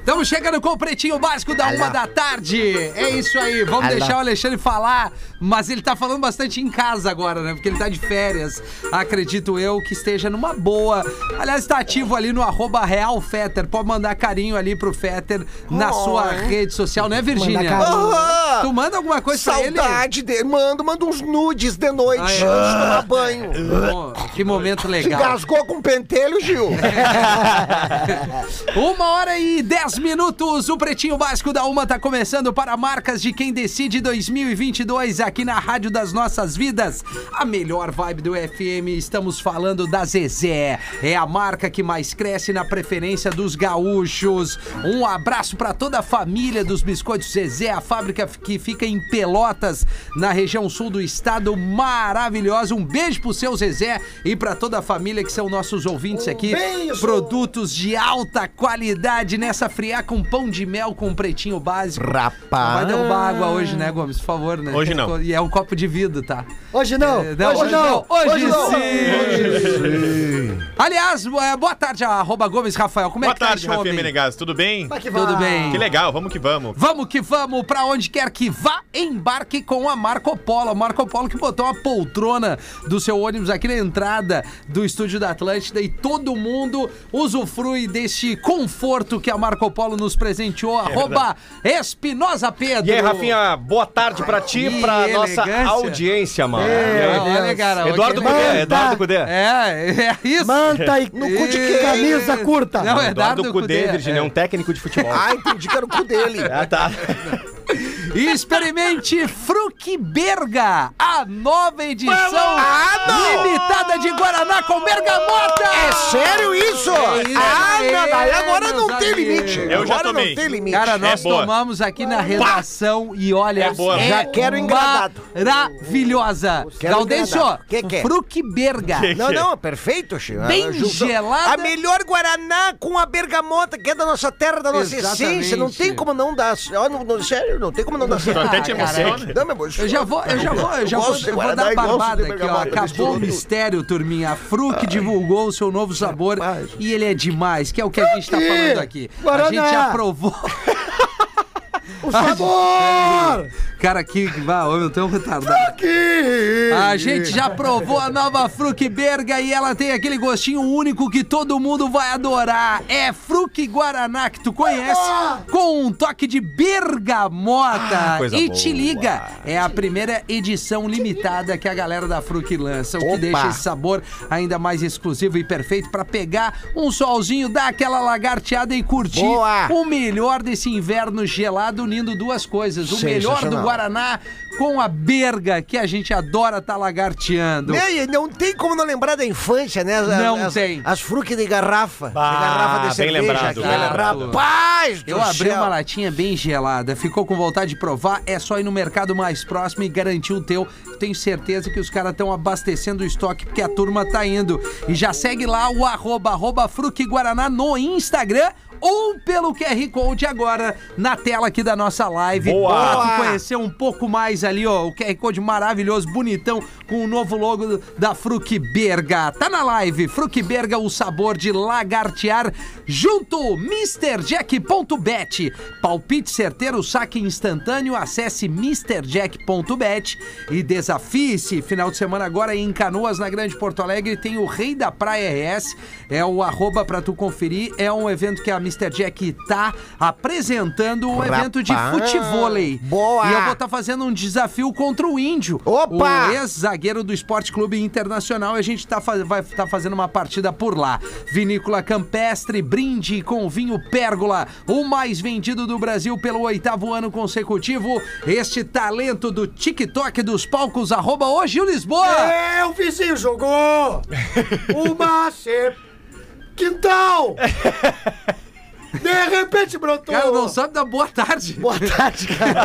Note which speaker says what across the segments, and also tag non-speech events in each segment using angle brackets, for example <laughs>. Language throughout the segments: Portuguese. Speaker 1: Estamos chegando com o Pretinho Básico da uma da tarde. É isso aí, vamos deixar o Alexandre falar, mas ele tá falando bastante em casa agora, né? Porque ele tá de férias. Acredito eu que esteja numa boa. Aliás, tá ativo ali no arroba Real Fetter. Pode mandar carinho ali pro Fetter na sua rede social, né, Virgínia?
Speaker 2: Manda carinho.
Speaker 3: Ah,
Speaker 1: Tu manda alguma coisa pra ele?
Speaker 3: saudade dele. Manda, manda uns nudes de noite.
Speaker 1: Ah, é.
Speaker 3: antes de tomar banho.
Speaker 1: Bom, que momento
Speaker 3: Se
Speaker 1: legal.
Speaker 3: engasgou com pentelho, Gil.
Speaker 1: Uma hora e dez minutos, o Pretinho Básico da Uma tá começando para marcas de quem decide 2022 aqui na Rádio das Nossas Vidas. A melhor vibe do FM, estamos falando da Zezé. É a marca que mais cresce na preferência dos gaúchos. Um abraço para toda a família dos Biscoitos Zezé, a fábrica que fica em Pelotas, na região sul do estado, maravilhosa. Um beijo pro seu Zezé e para toda a família que são nossos ouvintes aqui.
Speaker 3: beijo!
Speaker 1: Produto produtos de alta qualidade nessa friar com pão de mel com pretinho básico. Não Vai
Speaker 3: Rapaz.
Speaker 1: derrubar água hoje, né, Gomes? Por favor, né?
Speaker 4: Hoje não.
Speaker 1: E é um copo de vidro, tá?
Speaker 2: Hoje não,
Speaker 1: É, não,
Speaker 2: hoje,
Speaker 1: hoje
Speaker 2: não.
Speaker 1: não, hoje
Speaker 2: não.
Speaker 1: Aliás, é, boa tarde, arroba Gomes Rafael. Como é
Speaker 4: Boa
Speaker 1: que
Speaker 4: tarde,
Speaker 1: tá esse
Speaker 4: Rafinha
Speaker 1: homem?
Speaker 4: Menegas, tudo bem?
Speaker 2: Vai que vai.
Speaker 1: Tudo bem.
Speaker 4: Que legal, vamos que vamos.
Speaker 1: Vamos que vamos, pra onde quer que vá, embarque com a Marco Polo. A Marco Polo que botou uma poltrona do seu ônibus aqui na entrada do estúdio da Atlântida e todo mundo usufrui deste conforto que a Marco Polo nos presenteou. Arroba Espinosa Pedro.
Speaker 5: É E aí, Rafinha, boa tarde pra ti,
Speaker 1: Que
Speaker 5: pra nossa
Speaker 1: elegância.
Speaker 5: audiência, mano.
Speaker 1: É, olha, cara,
Speaker 5: Eduardo
Speaker 1: hoje
Speaker 5: Cudê,
Speaker 2: Manda.
Speaker 5: Eduardo Cudê.
Speaker 1: É, é isso.
Speaker 2: Manta e no cu de
Speaker 1: Ih.
Speaker 2: camisa curta.
Speaker 1: Não, é
Speaker 5: Eduardo
Speaker 1: Eduardo
Speaker 5: Cudê,
Speaker 1: Cudê,
Speaker 5: Virginia, é
Speaker 1: é.
Speaker 5: um técnico de futebol.
Speaker 3: Ah, entendi que era o cu dele.
Speaker 5: <laughs> Ah, tá.
Speaker 1: Experimente Fruquiberga, a nova edição limitada de Guaraná com bergamota.
Speaker 3: É sério isso?
Speaker 1: É isso
Speaker 3: ah,
Speaker 1: aí,
Speaker 3: não, daí agora
Speaker 1: meus
Speaker 3: não tem
Speaker 1: amigos.
Speaker 3: limite.
Speaker 4: Eu já
Speaker 3: agora
Speaker 4: tomei.
Speaker 3: não tem limite.
Speaker 1: Cara, nós
Speaker 4: É boa.
Speaker 1: tomamos aqui na redação e olha,
Speaker 4: É boa.
Speaker 3: Já quero engradado.
Speaker 1: Maravilhosa.
Speaker 3: Quero
Speaker 1: Gaudêncio,
Speaker 3: engradado. Que que é?
Speaker 1: Fruquiberga.
Speaker 3: não, não, é perfeito, Chico.
Speaker 1: Bem
Speaker 3: Ah, Gil,
Speaker 1: gelada.
Speaker 3: A melhor Guaraná com a bergamota, que é da nossa terra, da nossa
Speaker 1: Exatamente.
Speaker 3: essência. Não tem como não dar. Ó, não, não, sério, não tem como não dar certo.
Speaker 4: até te
Speaker 1: Ah, caraca.
Speaker 4: emociona.
Speaker 3: Não, meu amor,
Speaker 1: Eu já vou, eu já vou, eu já vou,
Speaker 3: gosto de
Speaker 1: eu vou
Speaker 3: Guaraná
Speaker 1: dar a
Speaker 3: e gosto de
Speaker 1: barbada aqui, ó.
Speaker 3: bergamota,
Speaker 1: Acabou o
Speaker 3: misturou.
Speaker 1: mistério, turminha. A Fruc divulgou o seu novo sabor
Speaker 3: Rapaz.
Speaker 1: e ele é demais, que é o que a gente tá
Speaker 2: Fruc!
Speaker 1: falando aqui. A
Speaker 2: Guaraná!
Speaker 1: gente aprovou.
Speaker 2: O sabor!
Speaker 1: Cara, que. Vai, ô, eu tô retardado.
Speaker 2: Que...
Speaker 1: A gente já provou a nova Fruc Berga e ela tem aquele gostinho único que todo mundo vai adorar. É Fruc Guaraná que tu conhece com um toque de bergamota.
Speaker 5: coisa
Speaker 1: e
Speaker 5: boa.
Speaker 1: te liga, é a primeira edição limitada que a galera da Fruc lança, o que
Speaker 3: Opa.
Speaker 1: deixa esse sabor ainda mais exclusivo e perfeito pra pegar um solzinho, dar aquela lagarteada e curtir
Speaker 3: Boa.
Speaker 1: o melhor desse inverno gelado unindo duas coisas, o melhor do
Speaker 3: Sensacional.
Speaker 1: Guaraná com a berga que a gente adora tá lagarteando.
Speaker 3: Né, e não tem como não lembrar da infância, né? As,
Speaker 1: Não
Speaker 3: as,
Speaker 1: tem.
Speaker 3: As fruques de garrafa.
Speaker 5: Ah,
Speaker 3: de garrafa
Speaker 5: bem
Speaker 3: de cerveja.
Speaker 5: lembrado,
Speaker 3: aquele-
Speaker 5: bem
Speaker 1: lembrado.
Speaker 3: Rapaz do
Speaker 1: Eu abri
Speaker 3: céu.
Speaker 1: uma latinha bem gelada, ficou com vontade de provar, é só ir no mercado mais próximo e garantir o teu. Tenho certeza que os caras estão abastecendo o estoque porque a turma tá indo. E já segue lá o arroba, arroba Fruque Guaraná no Instagram ou pelo QR Code agora na tela aqui da nossa live.
Speaker 5: Boa!
Speaker 1: Pra tu conhecer um pouco mais ali, ó, o QR Code maravilhoso, bonitão, com o novo logo da Fruque Berga. Tá na live, Fruque Berga, o sabor de lagartear, junto MrJack.bet. Palpite certeiro, saque instantâneo, acesse MrJack.bet e desafie-se. Final de semana agora em Canoas, na Grande Porto Alegre, tem o Rei da Praia RS, é o arroba pra tu conferir, é um evento que a Mr. Jack tá apresentando, um evento de
Speaker 3: Rapaz!
Speaker 1: futevôlei.
Speaker 3: Boa!
Speaker 1: E eu vou estar tá fazendo um desafio contra o Índio.
Speaker 3: Opa!
Speaker 1: O ex-zagueiro do Esporte Clube Internacional e a gente tá, fa- vai estar fazendo uma partida por lá. Vinícola Campestre, brinde com vinho Pérgola, o mais vendido do Brasil pelo oitavo ano consecutivo. Este talento do TikTok dos palcos, arroba o Gil Lisboa.
Speaker 2: É, o
Speaker 5: <laughs>
Speaker 2: vizinho jogou! Uma se... Quintal! De repente, brotou.
Speaker 1: Cara, não sabe dar boa tarde.
Speaker 2: Boa tarde, cara.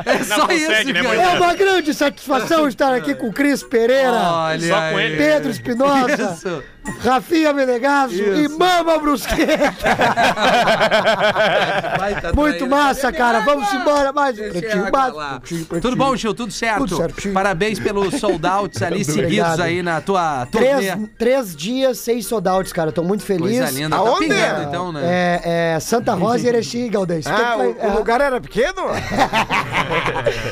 Speaker 1: <laughs> é
Speaker 6: Não
Speaker 1: só
Speaker 6: consegue,
Speaker 1: isso,
Speaker 6: né,
Speaker 2: É
Speaker 1: cara.
Speaker 2: uma grande satisfação estar aqui com o Cris Pereira,
Speaker 1: Olha
Speaker 6: Só com
Speaker 1: aí.
Speaker 6: ele.
Speaker 2: Pedro Espinosa,
Speaker 1: Isso.
Speaker 2: Rafinha Menegasso e
Speaker 1: Isso.
Speaker 2: Mama Brusqueta.
Speaker 1: Vai, tá
Speaker 2: Muito
Speaker 1: doido.
Speaker 2: massa,
Speaker 1: Bebe
Speaker 2: cara.
Speaker 1: água.
Speaker 2: Vamos embora. Mais um
Speaker 1: Deixa
Speaker 2: pretinho
Speaker 1: água lá.
Speaker 2: básico. Pretinho,
Speaker 1: Tudo
Speaker 2: pretinho.
Speaker 1: bom, Gil? Tudo certo?
Speaker 2: Tudo certinho.
Speaker 1: Parabéns pelos sold outs ali
Speaker 2: <laughs> Obrigado.
Speaker 1: seguidos aí na tua
Speaker 2: Três,
Speaker 1: turnê.
Speaker 2: três dias, seis soldouts, cara. Tô muito feliz.
Speaker 1: Coisa linda. Tá
Speaker 7: Aonde? é?
Speaker 1: pingando, então, né?
Speaker 2: É, é Santa Rosa e Erechim, Galdês.
Speaker 7: Ah, o,
Speaker 1: É.
Speaker 7: o lugar era pequeno?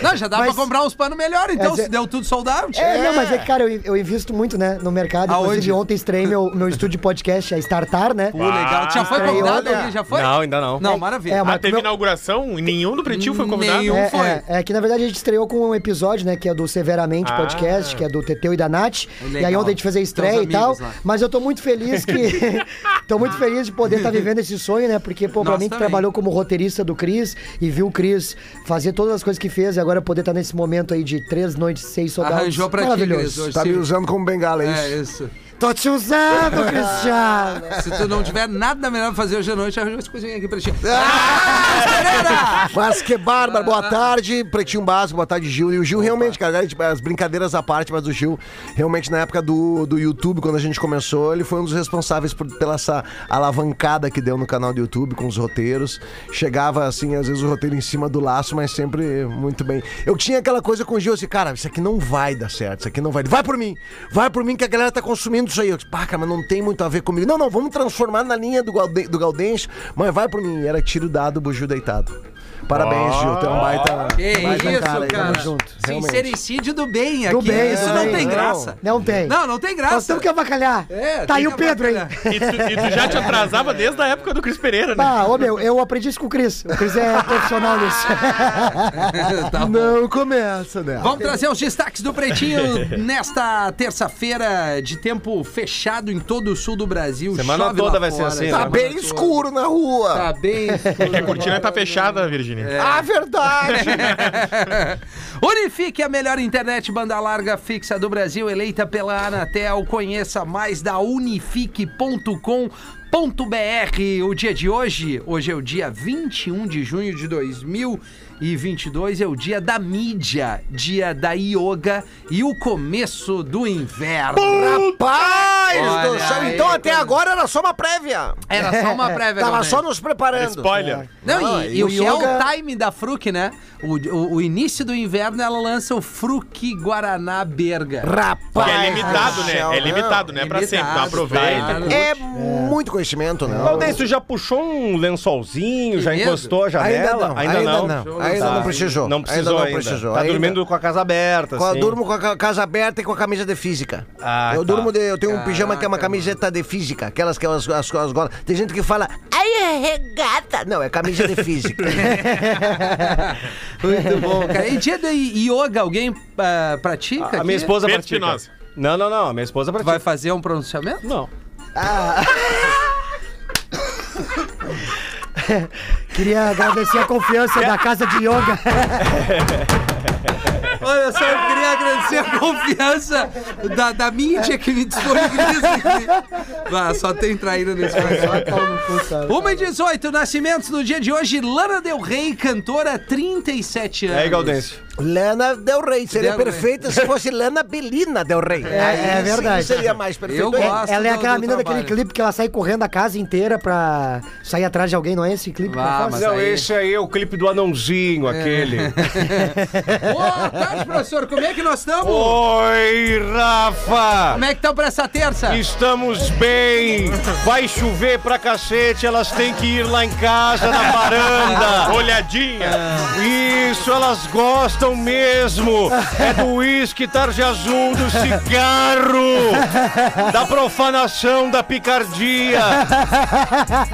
Speaker 1: Não, já dá
Speaker 2: Mas-
Speaker 1: pra comprar uns panos melhor, então,
Speaker 2: É,
Speaker 1: se
Speaker 2: Zé-
Speaker 1: deu tudo sold out.
Speaker 2: É, não, mas é que, cara, eu, eu invisto muito, né, no mercado.
Speaker 1: Aonde?
Speaker 2: Inclusive, ontem estreei meu, meu estúdio de podcast, a Startar, né?
Speaker 1: Pô, <laughs> legal. Tu Já foi
Speaker 2: Ah,
Speaker 1: convidado
Speaker 2: olha.
Speaker 1: aqui? Já foi?
Speaker 5: Não, então- ainda não.
Speaker 1: Não,
Speaker 2: É-
Speaker 1: maravilha.
Speaker 2: é,
Speaker 6: Ah,
Speaker 2: mas
Speaker 6: teve
Speaker 2: meu-
Speaker 6: inauguração? e Nenhum do Pretinho foi convidado?
Speaker 1: Nenhum.
Speaker 2: É,
Speaker 1: um foi?
Speaker 2: é, é que na verdade a gente estreou com um episódio, né? Que é do Severamente
Speaker 6: Ah.
Speaker 2: Podcast, que é do Teteu e da Nath.
Speaker 1: Legal.
Speaker 2: E aí ontem a gente fez a estreia
Speaker 1: Teus
Speaker 2: e tal.
Speaker 1: amigos lá.
Speaker 2: Mas eu tô muito feliz que. <laughs> tô muito feliz de poder estar vivendo esse sonho, né? Porque, pô, pra
Speaker 1: Nós
Speaker 2: mim que
Speaker 1: também.
Speaker 2: trabalhou como roteirista do Cris e viu o Cris fazer todas as coisas que fez e agora poder estar nesse momento aí de três noites, seis soldados.
Speaker 1: Arranjou pra ti, Cris, hoje.
Speaker 2: Maravilhoso.
Speaker 1: Tá me
Speaker 7: usando como bengala,
Speaker 1: É isso.
Speaker 2: Tô te usando, Cristiano!
Speaker 1: Se tu não tiver nada melhor pra fazer hoje à noite, arranja umas coisinhas aqui pra
Speaker 2: <laughs>
Speaker 1: ti. Ah, Pereira!
Speaker 7: <laughs> Mas que bárbaro, boa tarde, Pretinho Básico, boa tarde, Gil. E o Gil realmente, cara, tipo, as brincadeiras à parte, mas o Gil, realmente na época do, do YouTube, quando a gente começou, ele foi um dos responsáveis por, pela essa alavancada que deu no canal do YouTube com os roteiros. Chegava, assim, às vezes o roteiro em cima do laço, mas sempre muito bem. Eu tinha aquela coisa com o Gil, assim, cara, isso aqui não vai dar certo, isso aqui não vai. Vai por mim, vai por mim que a galera tá consumindo isso aí. Eu disse, pá, cara, mas não tem muito a ver comigo. Não, não, vamos transformar na linha do, Galde, do Gaudense, mas vai por mim. Era tiro dado, bujo deitado. Parabéns, Gil. Tem um baita.
Speaker 1: Que
Speaker 7: baita
Speaker 1: isso,
Speaker 7: aí. Tamo
Speaker 1: cara.
Speaker 7: junto. Realmente.
Speaker 1: Sincericídio do bem aqui. né?
Speaker 2: Do bem,
Speaker 1: É isso
Speaker 2: do
Speaker 1: não
Speaker 2: bem.
Speaker 1: tem
Speaker 2: Não.
Speaker 1: graça.
Speaker 2: Não tem.
Speaker 1: Não, não tem graça.
Speaker 2: Nós temos que avacalhar.
Speaker 1: É,
Speaker 2: tá
Speaker 1: tem
Speaker 2: aí o
Speaker 1: que
Speaker 2: Pedro aí.
Speaker 1: avacalhar.
Speaker 6: E, tu, e tu já te atrasava desde a época do Cris Pereira, né?
Speaker 2: Bah, ô meu, eu aprendi isso com o Cris. O Cris é profissional nisso.
Speaker 1: <laughs> Tá bom.
Speaker 7: Não começa, né?
Speaker 1: Vamos trazer os destaques do Pretinho nesta terça-feira de tempo fechado em todo o sul do Brasil.
Speaker 5: Semana toda
Speaker 1: lá
Speaker 5: vai ser assim,
Speaker 7: Tá
Speaker 1: semana
Speaker 7: bem
Speaker 1: toda.
Speaker 7: escuro na rua.
Speaker 1: Tá
Speaker 2: É
Speaker 1: bem escuro.
Speaker 5: É,
Speaker 6: A cortina tá fechada, Virginia.
Speaker 7: Ah, <laughs> verdade.
Speaker 1: Unifique a melhor internet banda larga fixa do Brasil, eleita pela Anatel. Conheça mais da unifique.com.br. o dia de hoje, hoje é o dia 21 de junho de 2022, é o dia da mídia, dia da yoga e o começo do inverno.
Speaker 7: Rapaz do
Speaker 1: Olha
Speaker 7: céu.
Speaker 1: aí,
Speaker 7: Então até
Speaker 1: cara.
Speaker 7: agora era só uma prévia.
Speaker 1: Era só uma prévia.
Speaker 7: Tava
Speaker 1: Galvão.
Speaker 7: É, só nos
Speaker 1: É.
Speaker 7: preparando.
Speaker 6: Spoiler.
Speaker 1: Não,
Speaker 7: Ah,
Speaker 1: e,
Speaker 7: e
Speaker 1: e o
Speaker 7: o
Speaker 1: que é
Speaker 7: yoga-
Speaker 1: o time da Fruc, né? O, o- o início do inverno ela lança o Fruc Guaraná Berga.
Speaker 7: Rapaz.
Speaker 6: Que é limitado,
Speaker 7: do
Speaker 6: né?
Speaker 7: céu,
Speaker 6: É limitado, né? pra
Speaker 1: Limitado,
Speaker 6: sempre. Então aproveita.
Speaker 1: claro.
Speaker 7: É muito conhecimento, né?
Speaker 5: Valdez, tu já puxou um lençolzinho, já
Speaker 1: Medo.
Speaker 5: encostou a
Speaker 7: Ainda
Speaker 5: janela?
Speaker 7: não, ainda não, ainda não precisou,
Speaker 5: tá. Não
Speaker 7: ainda
Speaker 5: precisou
Speaker 7: não
Speaker 5: ainda.
Speaker 7: precisou,
Speaker 5: Tá
Speaker 7: ainda.
Speaker 5: dormindo com a casa aberta,
Speaker 7: Eu
Speaker 5: assim.
Speaker 7: durmo com a ca- casa aberta e com a camisa de física.
Speaker 5: Ah,
Speaker 7: eu
Speaker 5: tá.
Speaker 7: durmo de, Eu tenho um pijama que é uma
Speaker 1: Caraca,
Speaker 7: camiseta de física, aquelas que as, as, as golas. Tem gente que fala, ai, é regata. Não, é camisa de física.
Speaker 1: Muito bom, cara. E dia de yoga, alguém ah, pratica?
Speaker 5: A
Speaker 1: aqui?
Speaker 5: minha esposa
Speaker 6: Pedro
Speaker 5: pratica.
Speaker 6: Espinosa.
Speaker 5: Não, não, não. A minha esposa
Speaker 1: Tu
Speaker 5: pratica.
Speaker 1: vai fazer um pronunciamento?
Speaker 5: Não.
Speaker 2: Queria agradecer a confiança da casa de yoga.
Speaker 1: Olha só, eu queria agradecer a confiança da, da mídia que me disponibiliza aqui. Ah, só tem traíra nesse programa. Uma e 18, nascimentos no dia de hoje, Lana Del Rey, cantora, 37
Speaker 5: E
Speaker 1: anos.
Speaker 5: aí, Gaudense?
Speaker 7: Lana Del Rey. Seria
Speaker 1: Del Rey.
Speaker 7: perfeita se fosse Lana Belina Del Rey.
Speaker 2: é
Speaker 7: Aí sim
Speaker 2: verdade.
Speaker 7: Seria mais perfeita.
Speaker 1: Eu gosto.
Speaker 2: Ela é
Speaker 1: do-
Speaker 2: aquela
Speaker 1: do
Speaker 2: menina daquele
Speaker 1: trabalho.
Speaker 2: clipe que ela sai correndo a casa inteira pra sair atrás de alguém, não é esse clipe? que
Speaker 1: Ah,
Speaker 2: ela
Speaker 1: mas
Speaker 2: faz?
Speaker 1: Não,
Speaker 5: Não,
Speaker 1: aí- esse
Speaker 5: esse aí é o clipe do anãozinho,
Speaker 7: É. <laughs>
Speaker 5: aquele.
Speaker 1: Boa tarde, professor. Como é que nós estamos?
Speaker 5: Oi, Rafa!
Speaker 1: Como é que estão pra essa terça?
Speaker 5: Estamos bem! Vai chover pra cacete, elas têm que ir lá em casa,
Speaker 1: <laughs>
Speaker 5: na varanda!
Speaker 6: Olhadinha.
Speaker 5: Isso, elas gostam mesmo. É do uísque, tarja azul, do cigarro, da profanação, da picardia.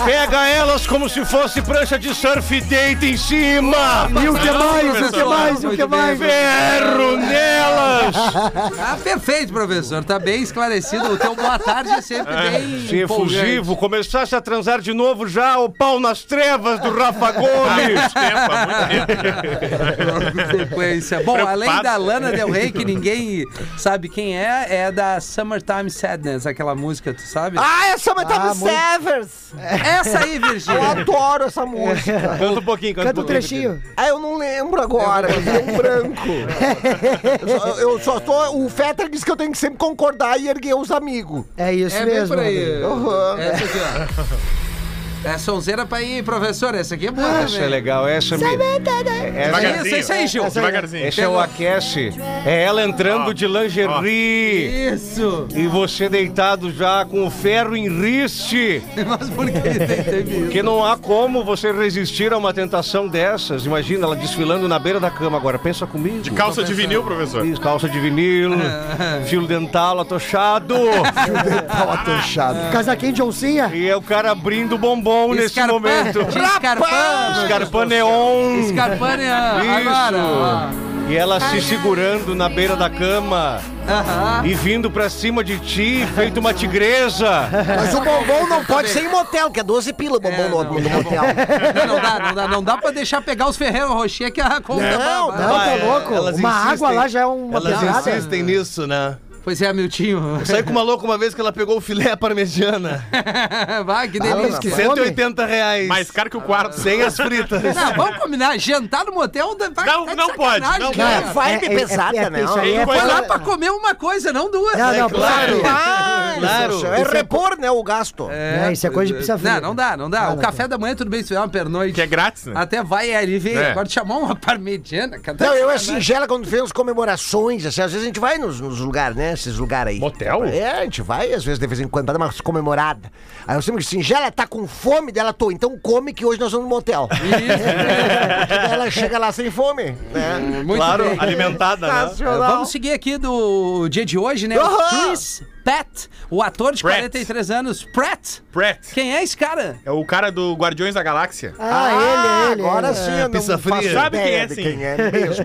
Speaker 5: Pega elas como se fosse prancha de surf e deita em cima.
Speaker 2: E o que mais? O que
Speaker 1: professor,
Speaker 2: mais? O
Speaker 1: muito
Speaker 2: que
Speaker 1: bem,
Speaker 2: mais?
Speaker 5: Ferro nelas.
Speaker 1: Ah, perfeito, professor. Tá bem esclarecido. O teu boa tarde é sempre bem.
Speaker 5: Se
Speaker 1: empolgante.
Speaker 5: fugivo começasse a transar de novo já, o pau nas trevas do
Speaker 4: <laughs>
Speaker 5: Rafa Gomes.
Speaker 4: tempo, há muito tempo já.
Speaker 1: Sequência. Bom,
Speaker 4: Preocupado.
Speaker 1: além da Lana Del Rey, que ninguém sabe quem é, é da Summertime Sadness, aquela música, tu sabe? É
Speaker 7: Ah, essa Summertime
Speaker 2: Ah, muito-
Speaker 7: Severs!
Speaker 1: Essa aí,
Speaker 7: Eu
Speaker 1: Virgínia.
Speaker 7: adoro essa
Speaker 5: <laughs>
Speaker 7: música.
Speaker 5: Canta um pouquinho,
Speaker 2: Canta um trechinho. <laughs>
Speaker 7: Ah, eu não lembro agora, eu dei um branco. Eu só, eu só tô. O Fetter disse que eu tenho que sempre concordar e erguer os amigos.
Speaker 2: É isso mesmo. Rodrigo.
Speaker 7: Aham.
Speaker 1: Essa aqui, ó. É sonzeira pra ir, professor. Essa aqui é
Speaker 2: Ah,
Speaker 1: boa
Speaker 5: Essa é
Speaker 1: também.
Speaker 5: legal, essa me... essa,
Speaker 4: Devagar.
Speaker 1: Isso, isso aí, Gil.
Speaker 4: Devagarzinho.
Speaker 5: esse é o aquece. É ela entrando
Speaker 4: Ó,
Speaker 5: de lingerie.
Speaker 1: Isso.
Speaker 5: E você deitado já com o ferro em riste.
Speaker 1: Mas por que teve isso?
Speaker 5: <laughs> Que não há como você resistir a uma tentação dessas. Imagina ela desfilando na beira da cama agora. Pensa comigo. De
Speaker 4: Calça de vinil, professor.
Speaker 5: Isso, calça de vinil,
Speaker 2: Ah.
Speaker 5: fio dental
Speaker 4: <laughs>
Speaker 5: atochado.
Speaker 3: Tava
Speaker 2: Tá.
Speaker 3: atochado.
Speaker 2: Casaquinho de oncinha.
Speaker 5: e é o cara abrindo bombom nesse
Speaker 1: Escarpan-
Speaker 5: momento.
Speaker 1: de Escarpan.
Speaker 5: Escarpan neon.
Speaker 1: Escarpane
Speaker 5: Isso.
Speaker 1: agora. ó.
Speaker 5: E ela se segurando na beira da cama
Speaker 2: Ah.
Speaker 1: Aham.
Speaker 5: e vindo pra cima de ti, feito uma tigresa.
Speaker 7: Mas o bombom não pode ser em motel, que é 12 pila o bombom
Speaker 1: É, não,
Speaker 7: no, no
Speaker 1: tá bom.
Speaker 7: motel.
Speaker 1: Não, não dá, não dá, não dá pra deixar pegar os Ferreiro Rocher que a compra.
Speaker 7: Não,
Speaker 1: pra-
Speaker 2: Não,
Speaker 5: Ah,
Speaker 2: tá
Speaker 5: é,
Speaker 2: louco. Uma
Speaker 5: elas
Speaker 2: água
Speaker 5: insistem.
Speaker 2: lá já é uma
Speaker 8: Elas
Speaker 2: pesada.
Speaker 8: insistem nisso, né?
Speaker 1: Pois é, Miltinho. <laughs>
Speaker 8: Saí com uma louca uma vez que ela pegou o filé parmegiana.
Speaker 1: Vai, que delícia.
Speaker 2: <laughs> que
Speaker 8: 180 reais.
Speaker 4: Mais caro que o quarto.
Speaker 8: Sem as fritas.
Speaker 1: Não, vamos combinar. Jantar no motel tá, tá
Speaker 4: Não,
Speaker 1: de
Speaker 4: não pode, não
Speaker 1: sacanagem,
Speaker 4: pode.
Speaker 7: É,
Speaker 1: cara.
Speaker 2: É,
Speaker 7: vibe
Speaker 2: é,
Speaker 7: pesada,
Speaker 2: é, é,
Speaker 7: né?
Speaker 2: isso aí é
Speaker 4: Tem
Speaker 1: Vai
Speaker 4: coisa-
Speaker 1: lá pra
Speaker 2: pra-
Speaker 1: comer uma coisa, não duas.
Speaker 4: É
Speaker 2: Não, não,
Speaker 8: claro.
Speaker 7: Ah,
Speaker 8: Claro.
Speaker 7: isso É repor, né, o gasto.
Speaker 2: É, isso é coisa de pizza fria.
Speaker 1: Não, não dá, não dá. o
Speaker 2: não
Speaker 1: café da manhã, tudo bem, se tiver uma pernoite.
Speaker 4: Que é grátis, né?
Speaker 1: Até vai ali ver.
Speaker 4: É.
Speaker 1: Agora te chamar uma parmegiana, cara. tá
Speaker 7: Não, eu é
Speaker 1: sacanagem.
Speaker 7: singela quando vem as comemorações, assim, às vezes a gente vai nos, nos lugares, né, esses lugares aí.
Speaker 4: Motel?
Speaker 7: É, a gente vai, às vezes, de vez em quando, pra dar umas comemoradas. Aí eu sempre digo, singela, tá com fome dela, tô, então come que hoje nós vamos no motel.
Speaker 2: <laughs>
Speaker 7: <laughs> Porque daí ela chega lá sem fome, né?
Speaker 1: Muito
Speaker 8: Claro,
Speaker 1: bem.
Speaker 8: alimentada,
Speaker 2: Tá
Speaker 8: né?
Speaker 7: Sensacional.
Speaker 2: um-
Speaker 1: Vamos seguir aqui do dia de hoje, né? O
Speaker 2: Uhum.
Speaker 7: Aham.
Speaker 1: Chris Pratt, o ator de
Speaker 4: Pratt.
Speaker 1: 43 anos. Pratt.
Speaker 4: Brett.
Speaker 1: Quem é esse cara?
Speaker 4: É o cara do Guardiões da Galáxia.
Speaker 2: Ah, ele, ele.
Speaker 7: Agora
Speaker 2: ele.
Speaker 7: sim, eu não
Speaker 8: pizza fria.
Speaker 7: faço
Speaker 4: Sabe
Speaker 7: ideia
Speaker 4: quem é,
Speaker 7: de
Speaker 4: sim.
Speaker 7: quem é mesmo.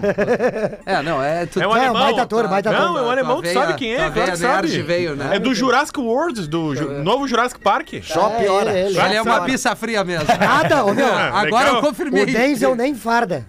Speaker 1: É, não, é... Tá Tu...
Speaker 4: É um
Speaker 2: Não,
Speaker 4: alemão.
Speaker 2: baita ator, baita ator.
Speaker 4: Não, é um alemão, tu
Speaker 1: veia-
Speaker 4: sabe quem
Speaker 1: tua
Speaker 4: é, claro
Speaker 1: veia
Speaker 4: que sabe.
Speaker 1: nerd veio, né?
Speaker 4: É do Jurassic World, do ju- novo Jurassic Park.
Speaker 7: Só piora.
Speaker 2: É, ele, ele.
Speaker 7: Só
Speaker 1: Ele é uma
Speaker 7: piora.
Speaker 1: pizza fria mesmo.
Speaker 2: Nada, tá, ô meu.
Speaker 4: Ah,
Speaker 1: Agora
Speaker 4: legal.
Speaker 1: eu confirmei.
Speaker 2: O Denzel nem farda.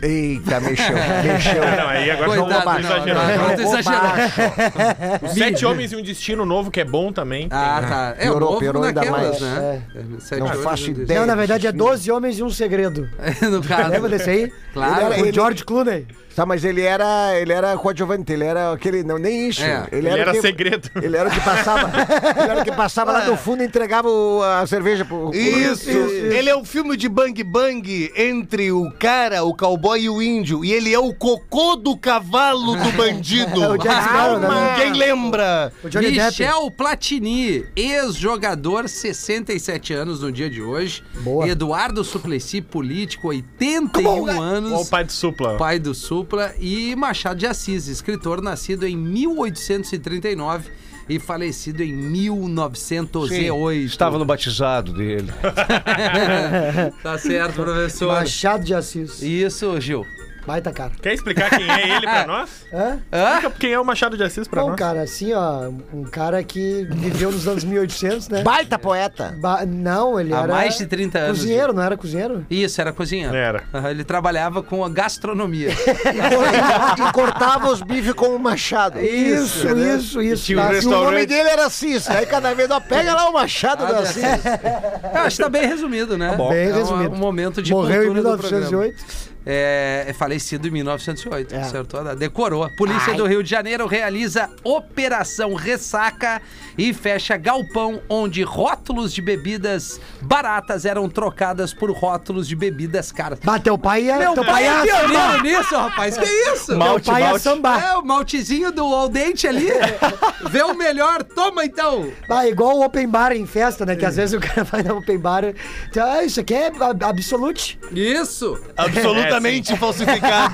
Speaker 7: Eita,
Speaker 4: <laughs>
Speaker 7: mexeu, mexeu.
Speaker 4: Não, aí agora
Speaker 1: Coitado,
Speaker 4: vamos lá,
Speaker 1: não,
Speaker 4: tô exagerando.
Speaker 1: não, não, tô exagerando.
Speaker 4: Os Sete Homens e um Destino Novo, que é bom também.
Speaker 1: Ah, tá. É o
Speaker 7: Piorou,
Speaker 1: novo
Speaker 7: piorou ainda
Speaker 1: naquelas,
Speaker 7: mais.
Speaker 1: né? Sete
Speaker 7: Não
Speaker 1: olhos,
Speaker 7: faço
Speaker 1: meu Deus.
Speaker 7: ideia.
Speaker 2: É. Não, na verdade é
Speaker 7: sim.
Speaker 2: 12 homens e um segredo.
Speaker 1: <laughs> no caso.
Speaker 2: Lembra desse aí?
Speaker 1: Ah, Claro.
Speaker 2: Ele era- o George Clooney.
Speaker 7: Tá, mas ele era, ele era coadjuvante, ele era aquele, não, nem isso.
Speaker 1: É.
Speaker 4: Ele era
Speaker 7: que-
Speaker 4: segredo.
Speaker 7: Ele era o que
Speaker 4: <laughs>
Speaker 7: passava, ele era o que passava lá do
Speaker 2: Ah.
Speaker 7: fundo e entregava o- a cerveja pro... pro-
Speaker 8: Isso. Ele é o filme de Bang Bang entre o cara, o cowboy e o índio. E ele é o cocô do cavalo
Speaker 2: <laughs>
Speaker 8: do bandido.
Speaker 2: É o Jack Sparrow, né?
Speaker 8: Calma, Ninguém lembra.
Speaker 2: O Johnny Depp.
Speaker 1: Michel Platini, ex-jogador, 67 anos no dia de hoje.
Speaker 2: Boa.
Speaker 1: Eduardo Suplicy, político, 81
Speaker 4: Olha o
Speaker 1: anos.
Speaker 4: pai de supla.
Speaker 1: Pai do Supla e Machado de Assis, escritor nascido em 1839 e falecido em 1908.
Speaker 5: Estava no batizado dele.
Speaker 1: <laughs> Tá certo, professor.
Speaker 2: Machado de Assis.
Speaker 1: Isso, Gil.
Speaker 2: Baita cara.
Speaker 4: Quer explicar quem é ele
Speaker 2: <laughs>
Speaker 4: pra nós?
Speaker 2: Hã?
Speaker 4: Explica quem é o Machado de Assis pra
Speaker 2: Bom,
Speaker 4: nós.
Speaker 2: cara, assim, ó, um cara que viveu nos anos 1800, né?
Speaker 7: Baita poeta.
Speaker 2: Ba- não, ele
Speaker 1: Há
Speaker 2: era
Speaker 1: mais de 30 anos.
Speaker 2: cozinheiro, não era cozinheiro?
Speaker 1: Gil. Isso, era cozinheiro.
Speaker 4: Era.
Speaker 1: Aham, ele trabalhava com a
Speaker 2: <laughs>
Speaker 1: gastronomia.
Speaker 7: <laughs> e cortava os bifes com o machado.
Speaker 2: Isso,
Speaker 7: né?
Speaker 2: isso, isso.
Speaker 5: tinha um
Speaker 2: tá?
Speaker 7: E o nome
Speaker 5: Restaurante.
Speaker 7: dele era Assis. Aí cada vez, ó, pega lá o machado do Assis.
Speaker 1: Eu acho que tá bem resumido, né?
Speaker 2: Bem
Speaker 1: é um-
Speaker 2: resumido.
Speaker 1: Um, momento de
Speaker 2: Morreu em
Speaker 1: cultura do programa.
Speaker 2: 1908.
Speaker 1: É, é falecido em 1908,
Speaker 2: É.
Speaker 1: acertou a data. Decorou. Polícia do Rio de Janeiro realiza Operação Ressaca e fecha galpão onde rótulos de bebidas baratas eram trocadas por rótulos de bebidas caras.
Speaker 2: Bah, teu pai era.
Speaker 1: Meu
Speaker 2: teu né?
Speaker 1: pai
Speaker 2: pai
Speaker 1: é
Speaker 2: era
Speaker 1: pioneiro nisso, rapaz. Que isso?
Speaker 2: Teu pai é sambar.
Speaker 1: É, o maltezinho do al dente ali. Vê o melhor, toma então.
Speaker 2: Ah, igual o open bar em festa, né? Que às vezes o cara <laughs> vai no open bar. Então, ah, isso aqui é ab- absolute.
Speaker 1: Isso.
Speaker 8: Absolutamente falsificado.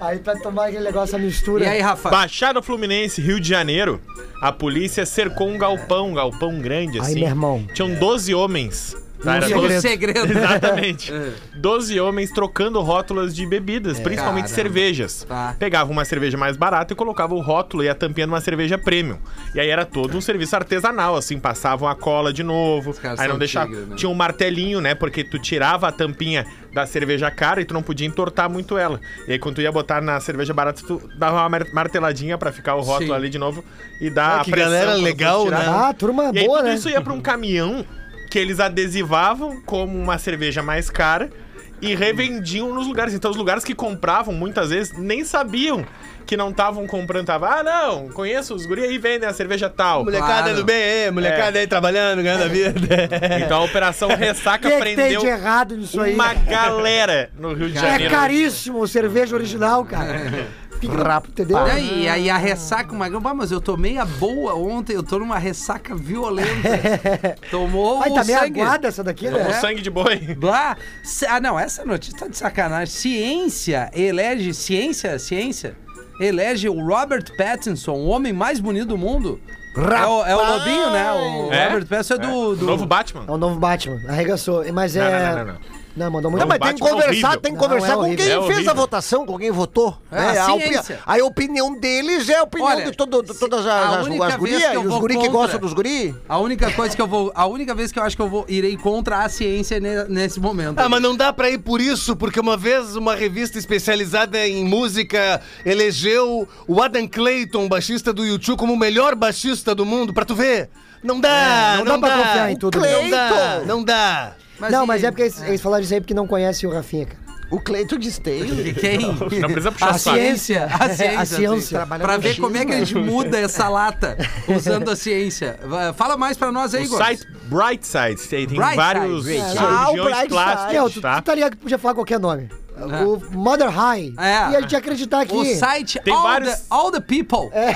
Speaker 2: Aí pra tomar aquele negócio, a mistura.
Speaker 1: E aí, Rafa?
Speaker 4: Baixada Fluminense, Rio de Janeiro, a polícia cercou um galpão, um galpão grande
Speaker 2: Ai,
Speaker 4: assim.
Speaker 2: meu irmão.
Speaker 4: Tinham 12 homens Tá, era
Speaker 1: E o
Speaker 4: doze-
Speaker 1: um segredo.
Speaker 4: <laughs> Exatamente.
Speaker 1: É.
Speaker 4: Doze homens trocando rótulas de bebidas, principalmente
Speaker 1: Caramba.
Speaker 4: cervejas.
Speaker 1: Tá.
Speaker 4: Pegava uma cerveja mais barata e colocava o rótulo e a tampinha numa cerveja premium. E aí era todo um serviço artesanal, assim, passavam a cola de novo,
Speaker 1: caras
Speaker 4: aí não
Speaker 1: são
Speaker 4: deixava...
Speaker 1: tigre, né?
Speaker 4: Tinha um martelinho, né, porque tu tirava a tampinha da cerveja cara e tu não podia entortar muito ela. E aí quando tu ia botar na cerveja barata, tu dava uma mar- marteladinha pra ficar o rótulo
Speaker 1: Sim.
Speaker 4: ali de novo e dar
Speaker 8: Ah,
Speaker 4: a
Speaker 8: que
Speaker 4: pressão
Speaker 8: galera
Speaker 4: quando tu
Speaker 8: legal,
Speaker 4: tirava.
Speaker 8: né?
Speaker 2: Ah, turma
Speaker 4: E aí,
Speaker 2: boa,
Speaker 4: tudo
Speaker 2: né?
Speaker 4: isso ia pra um caminhão que eles adesivavam como uma cerveja mais cara e revendiam nos lugares. Então, os lugares que compravam, muitas vezes, nem sabiam que não estavam comprando. Tava, ah, não, conheço os guri aí, vendem a cerveja tal.
Speaker 8: Molecada
Speaker 1: Claro.
Speaker 8: do bem, é, molecada aí trabalhando, ganhando a vida.
Speaker 4: Então, a
Speaker 2: <laughs>
Speaker 4: Operação
Speaker 2: O que,
Speaker 4: Ressaca
Speaker 2: é que tem
Speaker 4: prendeu
Speaker 2: de errado nisso aí?
Speaker 4: uma galera no Rio de
Speaker 2: É
Speaker 4: Janeiro.
Speaker 2: caríssimo cerveja original, cara. Fica rápido, entendeu?
Speaker 1: E aí, aí a ressaca, uma... "Bah, mas eu tomei a boa ontem, eu tô numa ressaca violenta. Tomou
Speaker 2: Ai,
Speaker 1: o
Speaker 2: tá meio
Speaker 1: sangue.
Speaker 2: aguada essa daqui, né?
Speaker 4: Tomou sangue de boi.
Speaker 1: Blá. C- Ah, não, essa notícia tá de sacanagem. Ciência elege. Ciência, ciência. Elege o Robert Pattinson, o homem mais bonito do mundo. É o, é o Lobinho, né? O
Speaker 4: É?
Speaker 1: Robert Pattinson é do. do...
Speaker 4: Novo Batman.
Speaker 2: É o novo Batman, arregaçou. Mas
Speaker 4: Não,
Speaker 2: é.
Speaker 4: não, não, não, não.
Speaker 2: Não, mandou muito.
Speaker 7: Não, mas tem que
Speaker 4: Batman é
Speaker 7: conversar,
Speaker 4: horrível.
Speaker 7: tem que
Speaker 2: Não,
Speaker 7: conversar
Speaker 2: é
Speaker 7: com quem
Speaker 2: horrível.
Speaker 4: É
Speaker 7: fez a
Speaker 4: horrível.
Speaker 7: votação, com quem votou.
Speaker 1: É,
Speaker 7: né?
Speaker 1: a
Speaker 7: a, opi-
Speaker 1: ciência.
Speaker 7: a opinião deles é a opinião
Speaker 1: Olha,
Speaker 7: de, todo, de todas
Speaker 1: a
Speaker 7: as, as,
Speaker 1: única
Speaker 7: as
Speaker 1: vez
Speaker 7: gurias,
Speaker 1: que eu
Speaker 7: e os
Speaker 1: vou
Speaker 7: guri que
Speaker 1: contra-
Speaker 7: gostam dos guri.
Speaker 1: A única coisa que eu vou. A única vez que eu acho que eu vou irei contra a ciência ne- nesse momento.
Speaker 8: Ah, mas não dá pra ir por isso, porque uma vez uma revista especializada em música elegeu o Adam Clayton, baixista do YouTube, como o melhor baixista do mundo, pra tu ver. Não dá,
Speaker 2: É, não
Speaker 8: não,
Speaker 2: dá pra
Speaker 8: dá.
Speaker 2: confiar em tudo,
Speaker 8: Não
Speaker 2: né?
Speaker 8: dá, não dá.
Speaker 2: não,
Speaker 1: e-
Speaker 2: mas é porque eles, eles falaram isso aí porque não conhecem o Rafinha, cara.
Speaker 7: O Cleiton Desteio.
Speaker 1: E Quem?
Speaker 4: Não precisa puxar
Speaker 2: A
Speaker 4: saco.
Speaker 1: Ciência, a ciência.
Speaker 2: É, A ciência.
Speaker 1: sim.
Speaker 2: Trabalha
Speaker 1: Pra
Speaker 2: no
Speaker 1: ver
Speaker 2: machismo,
Speaker 1: como é que a gente muda essa lata usando a ciência. Vai, Fala mais pra nós aí,
Speaker 4: O
Speaker 1: Igor.
Speaker 4: site Brightside, tem
Speaker 1: Brightside.
Speaker 4: vários
Speaker 1: Brightside.
Speaker 7: Ah, o
Speaker 4: cirurgiões
Speaker 7: Brightside.
Speaker 2: Não,
Speaker 4: plásticos,
Speaker 2: tu,
Speaker 4: tá?
Speaker 2: tu tá ligado que podia falar qualquer nome. O Mother High.
Speaker 1: É.
Speaker 2: E a gente ia acreditar aqui.
Speaker 1: O site
Speaker 4: Tem
Speaker 1: all,
Speaker 4: vários-
Speaker 1: the, all the People.
Speaker 7: É.